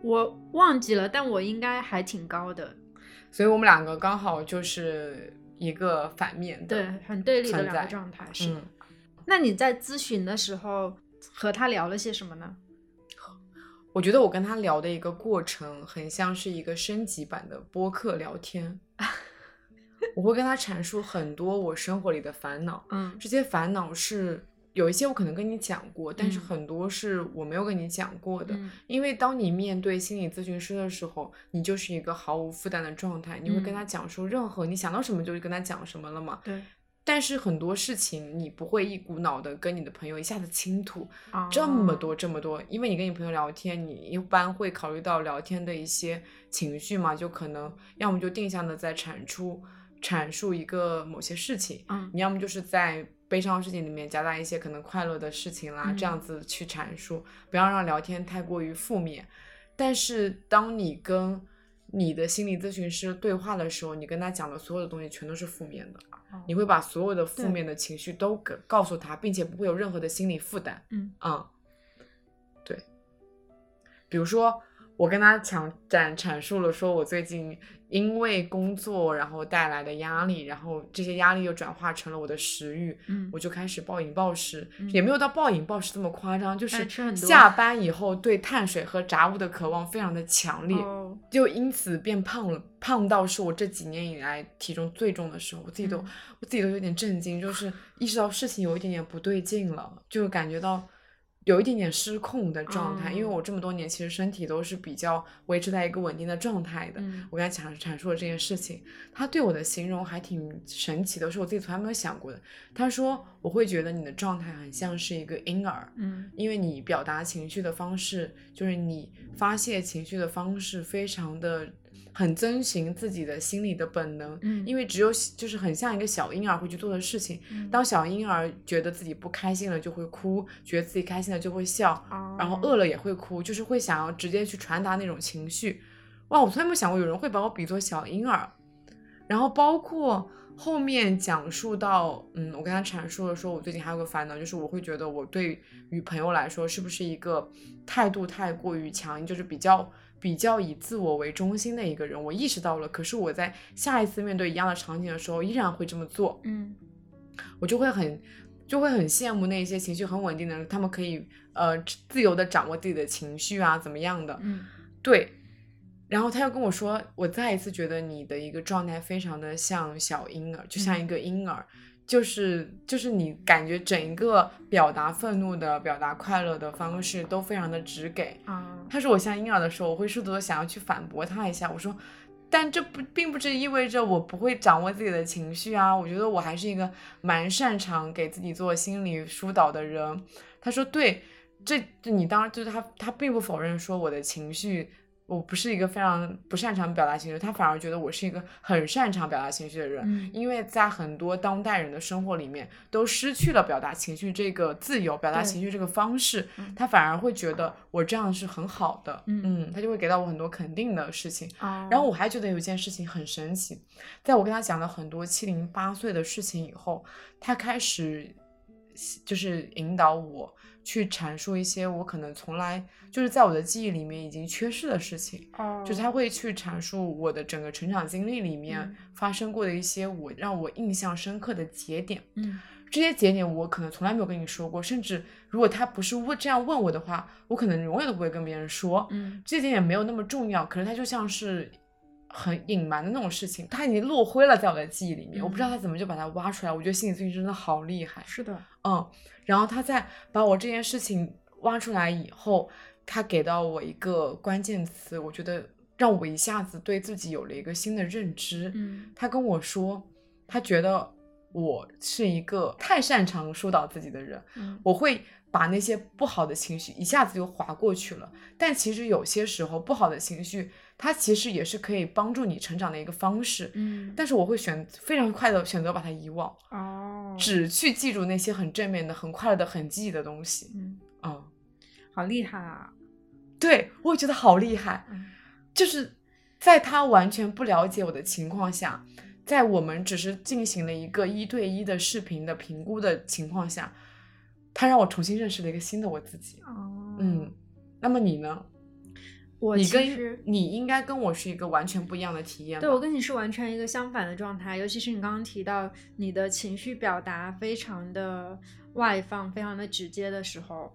[SPEAKER 3] 我忘记了，但我应该还挺高的。
[SPEAKER 2] 所以我们两个刚好就是一个反面的，嗯
[SPEAKER 3] 对，很对立的
[SPEAKER 2] 存
[SPEAKER 3] 两个
[SPEAKER 2] 在
[SPEAKER 3] 状态是。
[SPEAKER 2] 嗯。
[SPEAKER 3] 那你在咨询的时候和他聊了些什么呢？
[SPEAKER 2] 我觉得我跟他聊的一个过程，很像是一个升级版的播客聊 天。我会跟他阐述很多我生活里的烦恼，
[SPEAKER 3] 嗯
[SPEAKER 2] 这些烦恼是有一些我可能跟你讲过，但是
[SPEAKER 3] 嗯
[SPEAKER 2] 很多是我没有跟你讲过的。
[SPEAKER 3] 嗯
[SPEAKER 2] 因为当你面对心理咨询师的时候，你就是一个毫无负担的状态，你会跟
[SPEAKER 3] 嗯
[SPEAKER 2] 他讲述任何你想到什么就跟他讲什么了嘛。
[SPEAKER 3] 对，
[SPEAKER 2] 但是很多事情你不会一股脑的跟你的朋友一下子倾吐，
[SPEAKER 3] 哦
[SPEAKER 2] 这么多这么多，因为你跟你朋友聊天，你一般会考虑到聊天的一些情绪嘛，就可能要么就定向的在产出阐述一个某些事情，
[SPEAKER 3] 嗯
[SPEAKER 2] 你要么就是在悲伤的事情里面夹杂一些可能快乐的事情啦，
[SPEAKER 3] 嗯
[SPEAKER 2] 这样子去阐述，不要让聊天太过于负面。但是当你跟你的心理咨询师对话的时候，你跟他讲的所有的东西全都是负面的，
[SPEAKER 3] 哦
[SPEAKER 2] 你会把所有的负
[SPEAKER 3] 对
[SPEAKER 2] 面的情绪都给告诉他，并且不会有任何的心理负担。
[SPEAKER 3] 嗯
[SPEAKER 2] 嗯，对。比如说，我跟他讲展阐述了，说我最近因为工作然后带来的压力，然后这些压力又转化成了我的食欲，
[SPEAKER 3] 嗯
[SPEAKER 2] 我就开始暴饮暴食，
[SPEAKER 3] 嗯
[SPEAKER 2] 也没有到暴饮暴食这么夸张，就
[SPEAKER 3] 但
[SPEAKER 2] 是
[SPEAKER 3] 吃很多
[SPEAKER 2] 下班以后对碳水和炸物的渴望非常的强烈，
[SPEAKER 3] 哦，
[SPEAKER 2] 就因此变胖了，胖到是我这几年以来体重最重的时候，我自己都、
[SPEAKER 3] 嗯
[SPEAKER 2] 我自己都有点震惊，就是意识到事情有一点点不对劲了，就感觉到有一点点失控的状态，因为
[SPEAKER 3] 哦
[SPEAKER 2] 我这么多年其实身体都是比较维持在一个稳定的状态的。
[SPEAKER 3] 嗯
[SPEAKER 2] 我跟他阐阐述了这件事情，他对我的形容还挺神奇的，是我自己从来没有想过的。他说我会觉得你的状态很像是一个婴儿，
[SPEAKER 3] 嗯
[SPEAKER 2] 因为你表达情绪的方式，就是你发泄情绪的方式，非常的很遵循自己的心理的本能，
[SPEAKER 3] 嗯，
[SPEAKER 2] 因
[SPEAKER 3] 为
[SPEAKER 2] 为只有就是很像一个小婴儿会去做的事情。当小婴儿觉得自己不开心了就会哭，觉得自己开心了就会笑，然后饿
[SPEAKER 3] 了，
[SPEAKER 2] 了也会哭，就是会想要直接去传达那种情绪。哇，我从来没有想过有人会把我比作小婴儿。然后包括后面讲述到，嗯，我跟他阐述了说，我最近还有个烦恼，就是我会觉得我对于朋友来说，是不是一个态度太过于强硬，就是比较比较以自我为中心的一个人。我意识到了，可是我在下一次面对一样的场景的时候，依然会这么做。
[SPEAKER 3] 嗯
[SPEAKER 2] 我就会很就会很羡慕那些情绪很稳定的人，他们可以呃自由的掌握自己的情绪啊，怎么样的？
[SPEAKER 3] 嗯
[SPEAKER 2] 对。然后他又跟我说，我再一次觉得你的一个状态非常的像小婴儿，就像一个婴儿，就是就是你感觉整一个表达愤怒的、表达快乐的方式都非常的直给。
[SPEAKER 3] 啊
[SPEAKER 2] 他说我像婴儿的时候，我会试图地想要去反驳他一下，我说，但这不并不是意味着我不会掌握自己的情绪啊，我觉得我还是一个蛮擅长给自己做心理疏导的人。他说对，这这你当然就是他，他并不否认说我的情绪。我不是一个非常不擅长表达情绪，他反而觉得我是一个很擅长表达情绪的人，
[SPEAKER 3] 嗯
[SPEAKER 2] 因为在很多当代人的生活里面，都失去了表达情绪这个自由、表达
[SPEAKER 3] 对
[SPEAKER 2] 情绪这个方式
[SPEAKER 3] 嗯，
[SPEAKER 2] 他反而会觉得我这样是很好的，
[SPEAKER 3] 嗯
[SPEAKER 2] 他就会给到我很多肯定的事情。
[SPEAKER 3] 哦，
[SPEAKER 2] 然后我还觉得有一件事情很神奇，在我跟他讲了很多七零八碎的事情以后，他开始就是引导我去阐述一些我可能从来就是在我的记忆里面已经缺失的事情。
[SPEAKER 3] 哦
[SPEAKER 2] 就是他会去阐述我的整个成长经历里面
[SPEAKER 3] 嗯
[SPEAKER 2] 发生过的一些我让我印象深刻的节点，
[SPEAKER 3] 嗯
[SPEAKER 2] 这些节点我可能从来没有跟你说过，甚至如果他不是问这样问我的话，我可能永远都不会跟别人说。
[SPEAKER 3] 嗯
[SPEAKER 2] 这些节点没有那么重要，可是它就像是很隐瞒的那种事情，它已经落灰了在我的记忆里面，我
[SPEAKER 3] 嗯
[SPEAKER 2] 不知道他怎么就把它挖出来。我觉得心理咨询真的好厉害，
[SPEAKER 3] 是的，
[SPEAKER 2] 嗯，然后他在把我这件事情挖出来以后，他给到我一个关键词，我觉得让我一下子对自己有了一个新的认知。
[SPEAKER 3] 嗯
[SPEAKER 2] 他跟我说，他觉得我是一个太擅长疏导自己的人，
[SPEAKER 3] 嗯
[SPEAKER 2] 我会把那些不好的情绪一下子就划过去了。但其实有些时候，不好的情绪它其实也是可以帮助你成长的一个方式。
[SPEAKER 3] 嗯
[SPEAKER 2] 但是我会选非常快的选择把它遗忘。
[SPEAKER 3] 哦
[SPEAKER 2] 只去记住那些很正面的、很快乐的、很积极的东西。
[SPEAKER 3] 嗯
[SPEAKER 2] 嗯，
[SPEAKER 3] 好厉害啊，
[SPEAKER 2] 对我也觉得好厉害，
[SPEAKER 3] 嗯
[SPEAKER 2] 就是在他完全不了解我的情况下，在我们只是进行了一个一对一的视频的评估的情况下，他让我重新认识了一个新的我自己。
[SPEAKER 3] 哦
[SPEAKER 2] 嗯，，那么你呢？
[SPEAKER 3] 我
[SPEAKER 2] 你
[SPEAKER 3] 其
[SPEAKER 2] 跟
[SPEAKER 3] 实
[SPEAKER 2] 你应该跟我是一个完全不一样的体验吧。
[SPEAKER 3] 对我跟你是完全一个相反的状态，尤其是你刚刚提到你的情绪表达非常的外放、非常的直接的时候，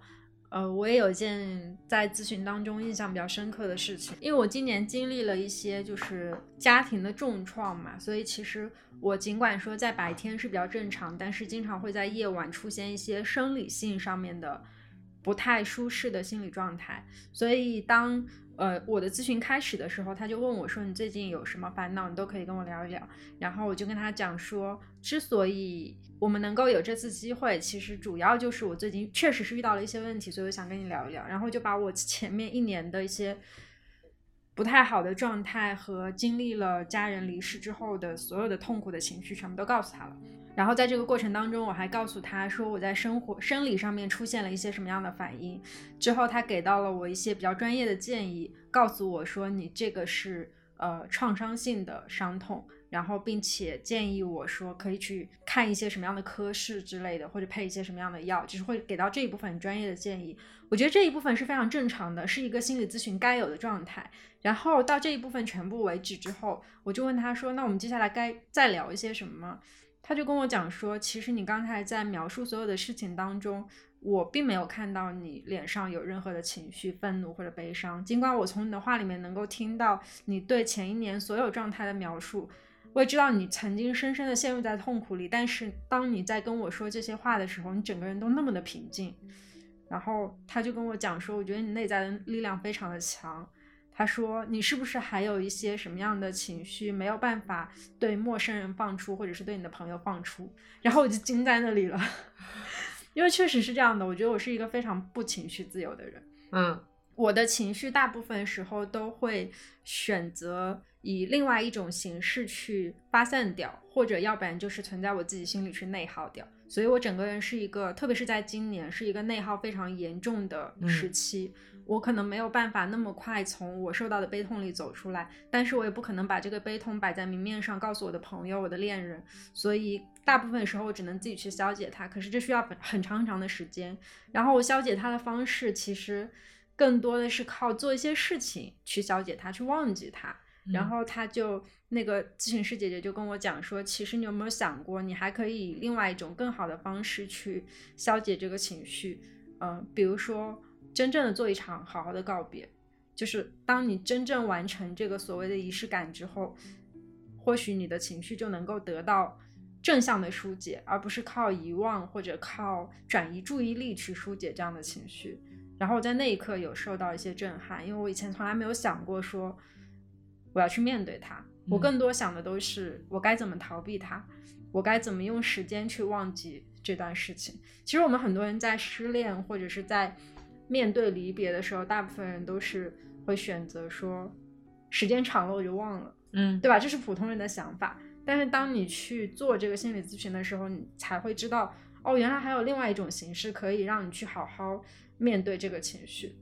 [SPEAKER 3] 呃，我也有一件在咨询当中印象比较深刻的事情，因为我今年经历了一些就是家庭的重创嘛，所以其实我尽管说在白天是比较正常，但是经常会在夜晚出现一些生理性上面的不太舒适的心理状态，所以当呃我的咨询开始的时候，他就问我说：“你最近有什么烦恼？你都可以跟我聊一聊。”然后我就跟他讲说，之所以我们能够有这次机会，其实主要就是我最近确实是遇到了一些问题，所以我想跟你聊一聊。然后就把我前面一年的一些不太好的状态和经历了家人离世之后的所有的痛苦的情绪，全部都告诉他了。然后在这个过程当中，我还告诉他说我在生活生理上面出现了一些什么样的反应，之后，他给到了我一些比较专业的建议，告诉我说你这个是呃创伤性的伤痛，然后并且建议我说可以去看一些什么样的科室之类的，或者配一些什么样的药，就是会给到这一部分很专业的建议。我觉得这一部分是非常正常的，是一个心理咨询该有的状态。然后到这一部分全部为止之后，我就问他说：“那我们接下来该再聊一些什么？”他就跟我讲说：“其实你刚才在描述所有的事情当中，我并没有看到你脸上有任何的情绪，愤怒或者悲伤。尽管我从你的话里面能够听到你对前一年所有状态的描述，我也知道你曾经深深的陷入在痛苦里。但是当你在跟我说这些话的时候，你整个人都那么的平静。”然后他就跟我讲说：“我觉得你内在的力量非常的强。”他说：“你是不是还有一些什么样的情绪没有办法对陌生人放出，或者是对你的朋友放出？”然后我就惊在那里了， 因为确实是这样的。我觉得我是一个非常不情绪自由的人，
[SPEAKER 2] 嗯
[SPEAKER 3] 我的情绪大部分时候都会选择以另外一种形式去发散掉，或者要不然就是存在我自己心里去内耗掉。所以我整个人是一个，特别是在今年是一个内耗非常严重的时期，我可能没有办法那么快从我受到的悲痛里走出来，但是我也不可能把这个悲痛摆在明面上告诉我的朋友、我的恋人，所以大部分时候我只能自己去消解它。可是这需要很很长很长的时间，然后我消解它的方式其实更多的是靠做一些事情去消解它，去忘记它。然后他就那个咨询师姐姐就跟我讲说，其实你有没有想过，你还可以以另外一种更好的方式去消解这个情绪，呃，比如说真正的做一场好好的告别，就是当你真正完成这个所谓的仪式感之后，或许你的情绪就能够得到正向的疏解，而不是靠遗忘或者靠转移注意力去疏解这样的情绪。然后我在那一刻有受到一些震撼，因为我以前从来没有想过说我要去面对它，我更多想的都是我该怎么逃避它，我该怎么用时间去忘记这段事情。其实我们很多人在失恋或者是在面对离别的时候，大部分人都是会选择说时间长了我就忘了，
[SPEAKER 2] 嗯，
[SPEAKER 3] 对吧？这是普通人的想法。但是当你去做这个心理咨询的时候，你才会知道，哦，原来还有另外一种形式可以让你去好好面对这个情绪。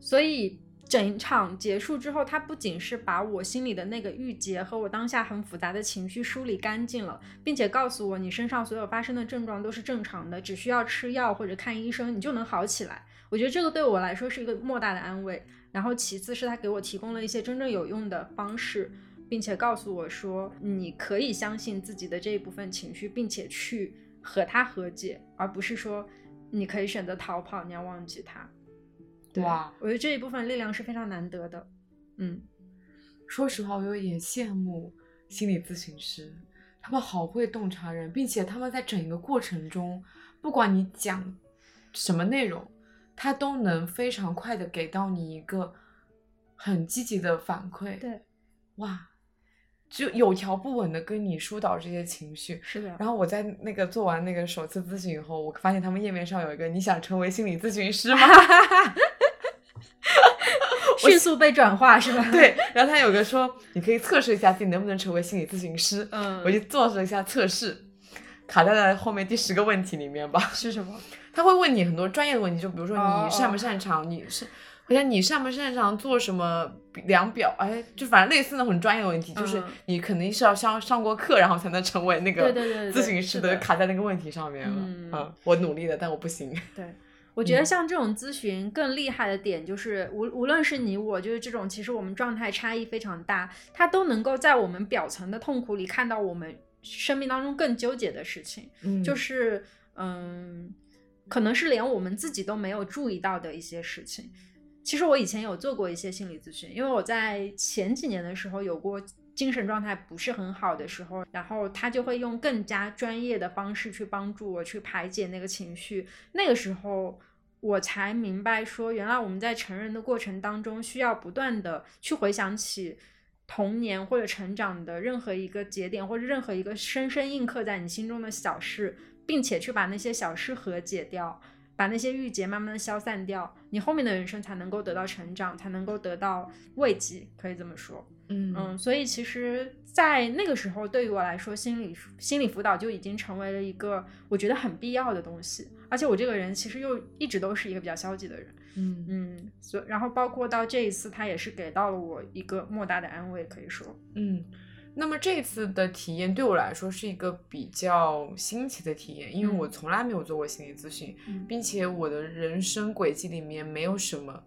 [SPEAKER 3] 所以整一场结束之后，它不仅是把我心里的那个郁结和我当下很复杂的情绪梳理干净了，并且告诉我你身上所有发生的症状都是正常的，只需要吃药或者看医生，你就能好起来。我觉得这个对我来说是一个莫大的安慰。然后其次是他给我提供了一些真正有用的方式，并且告诉我说你可以相信自己的这一部分情绪，并且去和它和解，而不是说你可以选择逃跑，你要忘记它。对
[SPEAKER 2] 哇，
[SPEAKER 3] 我觉得这一部分力量是非常难得的。嗯，
[SPEAKER 2] 说实话，我有一点羡慕心理咨询师，他们好会洞察人，并且他们在整个过程中，不管你讲什么内容，他都能非常快的给到你一个很积极的反馈。
[SPEAKER 3] 对，
[SPEAKER 2] 哇，就有条不紊的跟你疏导这些情绪。
[SPEAKER 3] 是的。
[SPEAKER 2] 然后我在那个做完那个首次咨询以后，我发现他们页面上有一个“你想成为心理咨询师吗？”
[SPEAKER 3] 迅速被转化是吧？，
[SPEAKER 2] 对，然后他有个说，你可以测试一下自己能不能成为心理咨询师。
[SPEAKER 3] 嗯，
[SPEAKER 2] 我就做了一下测试，卡在了后面第十个问题里面吧。
[SPEAKER 3] 是什么？
[SPEAKER 2] 他会问你很多专业的问题，就比如说
[SPEAKER 3] 哦
[SPEAKER 2] 你擅不擅长，你是好像你擅不擅长做什么量表，哎，就反正类似那种专业的问题，就是
[SPEAKER 3] 嗯
[SPEAKER 2] 你肯定是要上上过课，然后才能成为那
[SPEAKER 3] 对
[SPEAKER 2] 个
[SPEAKER 3] 对对对对，
[SPEAKER 2] 咨询师
[SPEAKER 3] 是的
[SPEAKER 2] 卡在那个问题上面了。
[SPEAKER 3] 嗯
[SPEAKER 2] 嗯，我努力了，但我不行。
[SPEAKER 3] 对，我觉得
[SPEAKER 2] 嗯
[SPEAKER 3] 像这种咨询更厉害的点就是，无无论是你我，就是这种其实我们状态差异非常大，它都能够在我们表层的痛苦里看到我们生命当中更纠结的事情，
[SPEAKER 2] 嗯，
[SPEAKER 3] 就是嗯，可能是连我们自己都没有注意到的一些事情。其实我以前有做过一些心理咨询，因为我在前几年的时候有过精神状态不是很好的时候，然后他就会用更加专业的方式去帮助我去排解那个情绪。那个时候我才明白说，原来我们在成人的过程当中，需要不断的去回想起童年或者成长的任何一个节点，或者任何一个深深印刻在你心中的小事，并且去把那些小事和解掉。把那些郁结慢慢的消散掉，你后面的人生才能够得到成长，才能够得到慰藉，可以这么说。
[SPEAKER 2] 嗯
[SPEAKER 3] 嗯，所以其实，在那个时候，对于我来说，心理心理辅导就已经成为了一个我觉得很必要的东西。而且我这个人其实又一直都是一个比较消极的人，
[SPEAKER 2] 嗯
[SPEAKER 3] 嗯，所然后包括到这一次，他也是给到了我一个莫大的安慰，可以说，
[SPEAKER 2] 嗯，那么这次的体验对我来说是一个比较新奇的体验，因为我
[SPEAKER 3] 嗯
[SPEAKER 2] 从来没有做过心理咨询，
[SPEAKER 3] 嗯
[SPEAKER 2] 并且我的人生轨迹里面没有什么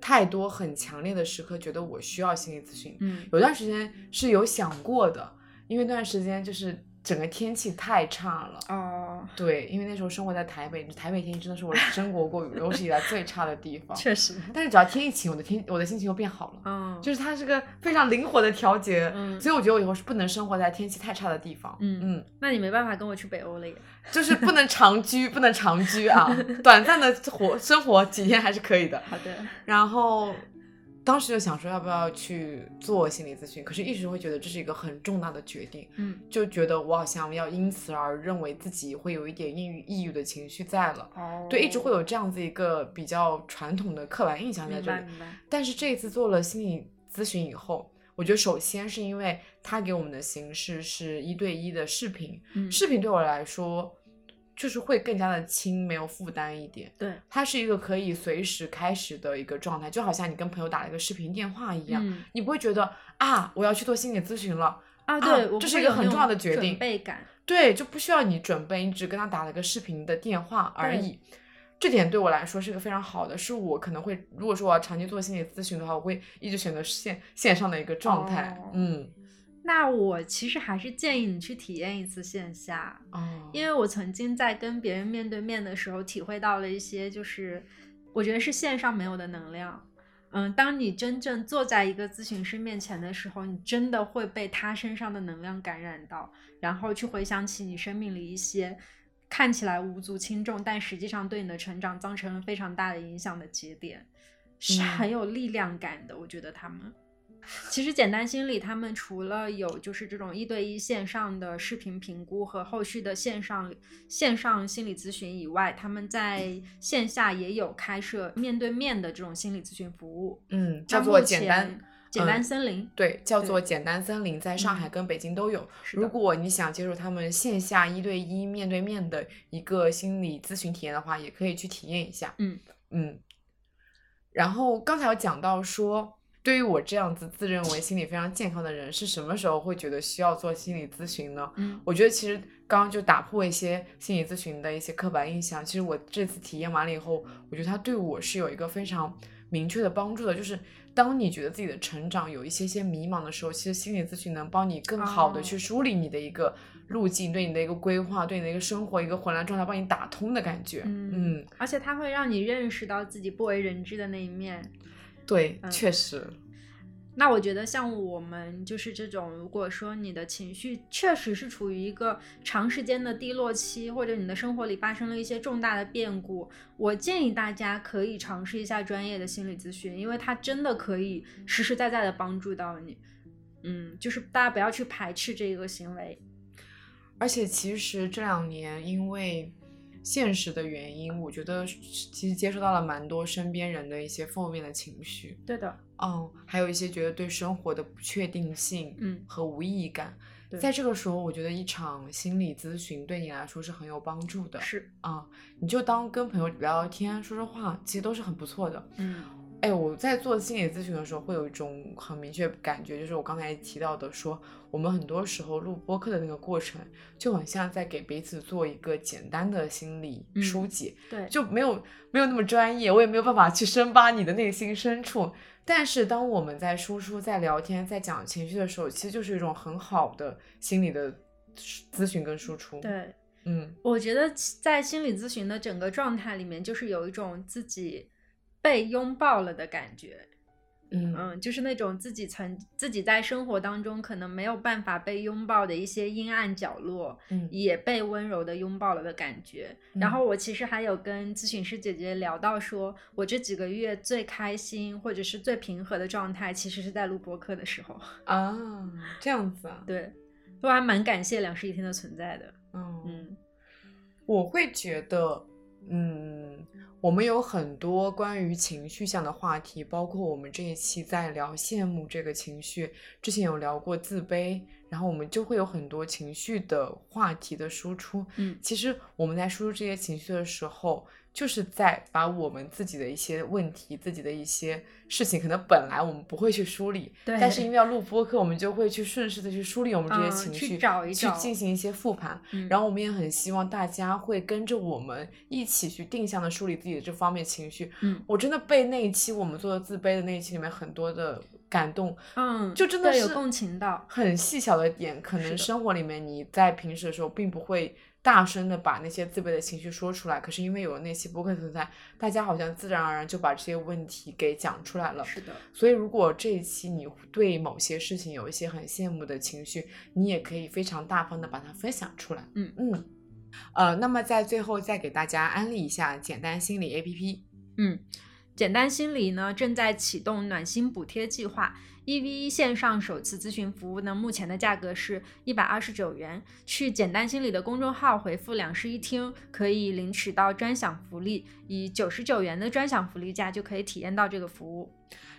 [SPEAKER 2] 太多很强烈的时刻觉得我需要心理咨询。
[SPEAKER 3] 嗯
[SPEAKER 2] 有段时间是有想过的，因为那段时间就是整个天气太差了。
[SPEAKER 3] 哦，
[SPEAKER 2] 对，因为那时候生活在台北，台北天气真的是我生活过有史以来最差的地方。
[SPEAKER 3] 确实，
[SPEAKER 2] 但是只要天一晴，我的天我的心情又变好了。
[SPEAKER 3] 嗯，
[SPEAKER 2] 就是它是个非常灵活的调节，
[SPEAKER 3] 嗯
[SPEAKER 2] 所以我觉得我以后是不能生活在天气太差的地方，
[SPEAKER 3] 嗯
[SPEAKER 2] 嗯，
[SPEAKER 3] 那你没办法跟我去北欧了耶。
[SPEAKER 2] 就是不能长居，不能长居啊，短暂的活生活几天还是可以的。
[SPEAKER 3] 好的，
[SPEAKER 2] 然后当时就想说要不要去做心理咨询，可是一直会觉得这是一个很重大的决定，
[SPEAKER 3] 嗯，
[SPEAKER 2] 就觉得我好像要因此而认为自己会有一点抑郁抑郁的情绪在了。
[SPEAKER 3] 哦，
[SPEAKER 2] 对，一直会有这样子一个比较传统的刻板印象在
[SPEAKER 3] 明
[SPEAKER 2] 这
[SPEAKER 3] 白
[SPEAKER 2] 里。
[SPEAKER 3] 明白，
[SPEAKER 2] 但是这一次做了心理咨询以后，我觉得首先是因为他给我们的形式是一对一的视频，
[SPEAKER 3] 嗯，
[SPEAKER 2] 视频对我来说就是会更加的轻，没有负担一点。
[SPEAKER 3] 对，
[SPEAKER 2] 它是一个可以随时开始的一个状态，就好像你跟朋友打了一个视频电话一样，
[SPEAKER 3] 嗯
[SPEAKER 2] 你不会觉得啊我要去做心理咨询了，
[SPEAKER 3] 啊，
[SPEAKER 2] 啊
[SPEAKER 3] 对，我
[SPEAKER 2] 这
[SPEAKER 3] 不
[SPEAKER 2] 是
[SPEAKER 3] 会
[SPEAKER 2] 一个
[SPEAKER 3] 有
[SPEAKER 2] 很
[SPEAKER 3] 那
[SPEAKER 2] 重要的
[SPEAKER 3] 种
[SPEAKER 2] 决定
[SPEAKER 3] 准备感，
[SPEAKER 2] 对，就不需要你准备，你只跟他打了个视频的电话而
[SPEAKER 3] 对
[SPEAKER 2] 已。这点对我来说是一个非常好的，是我可能会，如果说我要长期做心理咨询的话，我会一直选择线线上的一个状态。
[SPEAKER 3] 哦
[SPEAKER 2] 嗯，
[SPEAKER 3] 那我其实还是建议你去体验一次线下，
[SPEAKER 2] 哦，
[SPEAKER 3] 因为我曾经在跟别人面对面的时候，体会到了一些就是我觉得是线上没有的能量。嗯，当你真正坐在一个咨询师面前的时候，你真的会被他身上的能量感染到，然后去回想起你生命里一些看起来无足轻重，但实际上对你的成长造成了非常大的影响的节点，是
[SPEAKER 2] 嗯
[SPEAKER 3] 很有力量感的。我觉得他们。其实简单心理他们除了有就是这种一对一线上的视频评估和后续的线上线上心理咨询以外，他们在线下也有开设面对面的这种心理咨询服务，
[SPEAKER 2] 嗯，叫
[SPEAKER 3] 那
[SPEAKER 2] 做
[SPEAKER 3] 目
[SPEAKER 2] 简
[SPEAKER 3] 前
[SPEAKER 2] 单，
[SPEAKER 3] 简
[SPEAKER 2] 嗯
[SPEAKER 3] 单森林。
[SPEAKER 2] 对，叫
[SPEAKER 3] 对
[SPEAKER 2] 做简单森林，在上海
[SPEAKER 3] 嗯
[SPEAKER 2] 跟北京都有。
[SPEAKER 3] 是的
[SPEAKER 2] 如果你想接受他们线下一对一面对面的一个心理咨询体验的话，也可以去体验一下。
[SPEAKER 3] 嗯
[SPEAKER 2] 嗯。然后刚才有讲到说，对于我这样子自认为心理非常健康的人，是什么时候会觉得需要做心理咨询呢？
[SPEAKER 3] 嗯
[SPEAKER 2] 我觉得其实刚刚就打破一些心理咨询的一些刻板印象。其实我这次体验完了以后，我觉得它对我是有一个非常明确的帮助的，就是当你觉得自己的成长有一些些迷茫的时候，其实心理咨询能帮你更好的
[SPEAKER 3] 哦
[SPEAKER 2] 去梳理你的一个路径，对你的一个规划，对你的一个生活一个混乱状态，帮你打通的感觉。
[SPEAKER 3] 嗯，而且它会让你认识到自己不为人知的那一面。
[SPEAKER 2] 对，
[SPEAKER 3] 嗯
[SPEAKER 2] 确实，
[SPEAKER 3] 那我觉得像我们就是这种，如果说你的情绪确实是处于一个长时间的低落期，或者你的生活里发生了一些重大的变故，我建议大家可以尝试一下专业的心理咨询，因为它真的可以实实在在的帮助到你。嗯，就是大家不要去排斥这个行为。
[SPEAKER 2] 而且其实这两年因为现实的原因，我觉得其实接收到了蛮多身边人的一些负面的情绪。
[SPEAKER 3] 对的，
[SPEAKER 2] 嗯，还有一些觉得对生活的不确定性
[SPEAKER 3] 嗯，
[SPEAKER 2] 和无意义感。
[SPEAKER 3] 对
[SPEAKER 2] 在这个时候，我觉得一场心理咨询对你来说是很有帮助的
[SPEAKER 3] 是，
[SPEAKER 2] 啊、你就当跟朋友聊聊天、说说话，其实都是很不错的。
[SPEAKER 3] 嗯
[SPEAKER 2] 哎，我在做心理咨询的时候，会有一种很明确的感觉，就是我刚才提到的说，我们很多时候录播客的那个过程，就很像在给彼此做一个简单的心理
[SPEAKER 3] 嗯
[SPEAKER 2] 疏解。
[SPEAKER 3] 对，
[SPEAKER 2] 就没有没有那么专业，我也没有办法去深扒你的内心深处。但是当我们在输出、在聊天、在讲情绪的时候，其实就是一种很好的心理的咨询跟输出。，
[SPEAKER 3] 对。
[SPEAKER 2] 嗯，
[SPEAKER 3] 我觉得其在心理咨询的整个状态里面，就是有一种自己被拥抱了的感觉，
[SPEAKER 2] 嗯
[SPEAKER 3] 嗯，就是那种自己曾自己在生活当中可能没有办法被拥抱的一些阴暗角落，
[SPEAKER 2] 嗯
[SPEAKER 3] 也被温柔的拥抱了的感觉。然
[SPEAKER 2] 嗯
[SPEAKER 3] 后我其实还有跟咨询师姐姐聊到说，我这几个月最开心或者是最平和的状态，其实是在录播课的时候。
[SPEAKER 2] 啊，这样子啊，
[SPEAKER 3] 对，我还蛮感谢两室一厅的存在的。
[SPEAKER 2] 嗯
[SPEAKER 3] 嗯
[SPEAKER 2] 我会觉得，嗯，我们有很多关于情绪上的话题，包括我们这一期在聊羡慕这个情绪，之前有聊过自卑，然后我们就会有很多情绪的话题的输出。
[SPEAKER 3] 嗯
[SPEAKER 2] 其实我们在输出这些情绪的时候，就是在把我们自己的一些问题、自己的一些事情，可能本来我们不会去梳理，
[SPEAKER 3] 对
[SPEAKER 2] 但是因为要录播客，我们就会去顺势的去梳理我们这些
[SPEAKER 3] 嗯
[SPEAKER 2] 情绪，
[SPEAKER 3] 去找一找
[SPEAKER 2] 去进行一些复盘。
[SPEAKER 3] 嗯
[SPEAKER 2] 然后我们也很希望大家会跟着我们一起去定向的梳理自己的这方面情绪。
[SPEAKER 3] 嗯
[SPEAKER 2] 我真的被那一期我们做的自卑的那一期里面很多的感动，
[SPEAKER 3] 嗯，
[SPEAKER 2] 就真的
[SPEAKER 3] 对有
[SPEAKER 2] 是
[SPEAKER 3] 共情到，
[SPEAKER 2] 很细小的点，可
[SPEAKER 3] 是
[SPEAKER 2] 能
[SPEAKER 3] 的
[SPEAKER 2] 生活里面你在平时的时候并不会大声的把那些自卑的情绪说出来，可是因为有了那期播客存在，大家好像自然而然就把这些问题给讲出来了。
[SPEAKER 3] 是的，
[SPEAKER 2] 所以，如果这一期你对某些事情有一些很羡慕的情绪，你也可以非常大方的把它分享出来。
[SPEAKER 3] 嗯
[SPEAKER 2] 嗯，呃，那么在最后再给大家安利一下简单心理 APP。
[SPEAKER 3] 嗯，简单心理呢正在启动暖心补贴计划。一 v 一线上首次咨询服务呢，目前的价格是一百二十九元。去简单心理的公众号回复“两室一厅”，可以领取到专享福利，以九十九元的专享福利价就可以体验到这个服务。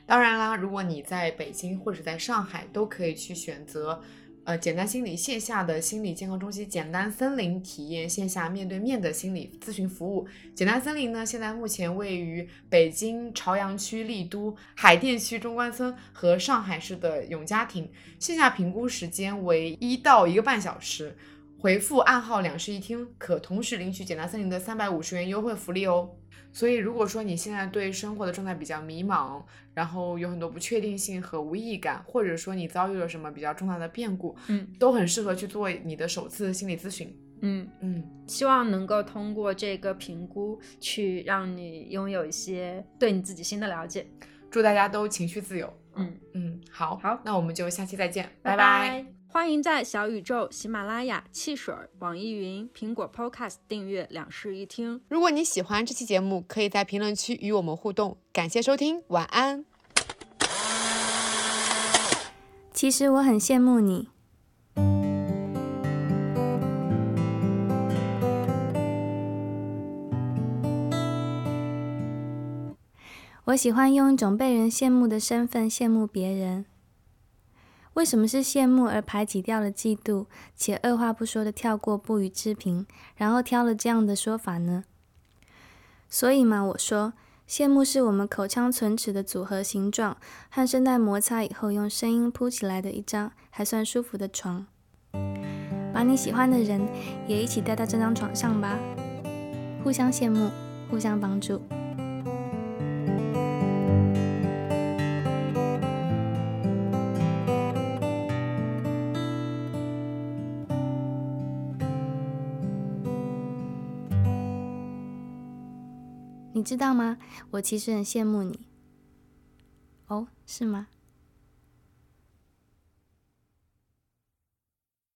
[SPEAKER 2] 当然啦，如果你在北京或者在上海，都可以去选择，呃，简单心理线下的心理健康中心简单森林体验线下面对面的心理咨询服务。简单森林呢，现在目前位于北京朝阳区丽都、海淀区中关村和上海市的永嘉亭，线下评估时间为一到一个半小时。回复暗号“两室一厅”，可同时领取简单森林的三百五十元优惠福利哦。所以，如果说你现在对生活的状态比较迷茫，然后有很多不确定性和无意义感，或者说你遭遇了什么比较重大的变故，
[SPEAKER 3] 嗯
[SPEAKER 2] 都很适合去做你的首次心理咨询。
[SPEAKER 3] 嗯，
[SPEAKER 2] 嗯，
[SPEAKER 3] 希望能够通过这个评估，去让你拥有一些对你自己新的了解。
[SPEAKER 2] 祝大家都情绪自由。
[SPEAKER 3] 嗯，
[SPEAKER 2] 嗯，好，
[SPEAKER 3] 好
[SPEAKER 2] 那我们就下期再见，
[SPEAKER 3] 拜
[SPEAKER 2] 拜
[SPEAKER 3] 欢迎在小宇宙、喜马拉雅、汽水、网易云、苹果 Podcast 订阅“两室一厅”。
[SPEAKER 2] 如果你喜欢这期节目，可以在评论区与我们互动。感谢收听，晚安。
[SPEAKER 4] 其实我很羡慕你。我喜欢用一种被人羡慕的身份羡慕别人。为什么是羡慕而排挤掉了嫉妒，且二话不说的跳过不予置评，然后挑了这样的说法呢？所以嘛，我说羡慕是我们口腔唇齿的组合形状，和声带摩擦以后，用声音铺起来的一张还算舒服的床。把你喜欢的人也一起带到这张床上吧，互相羡慕，互相帮助。你知道吗？我其实很羡慕你。哦，是吗？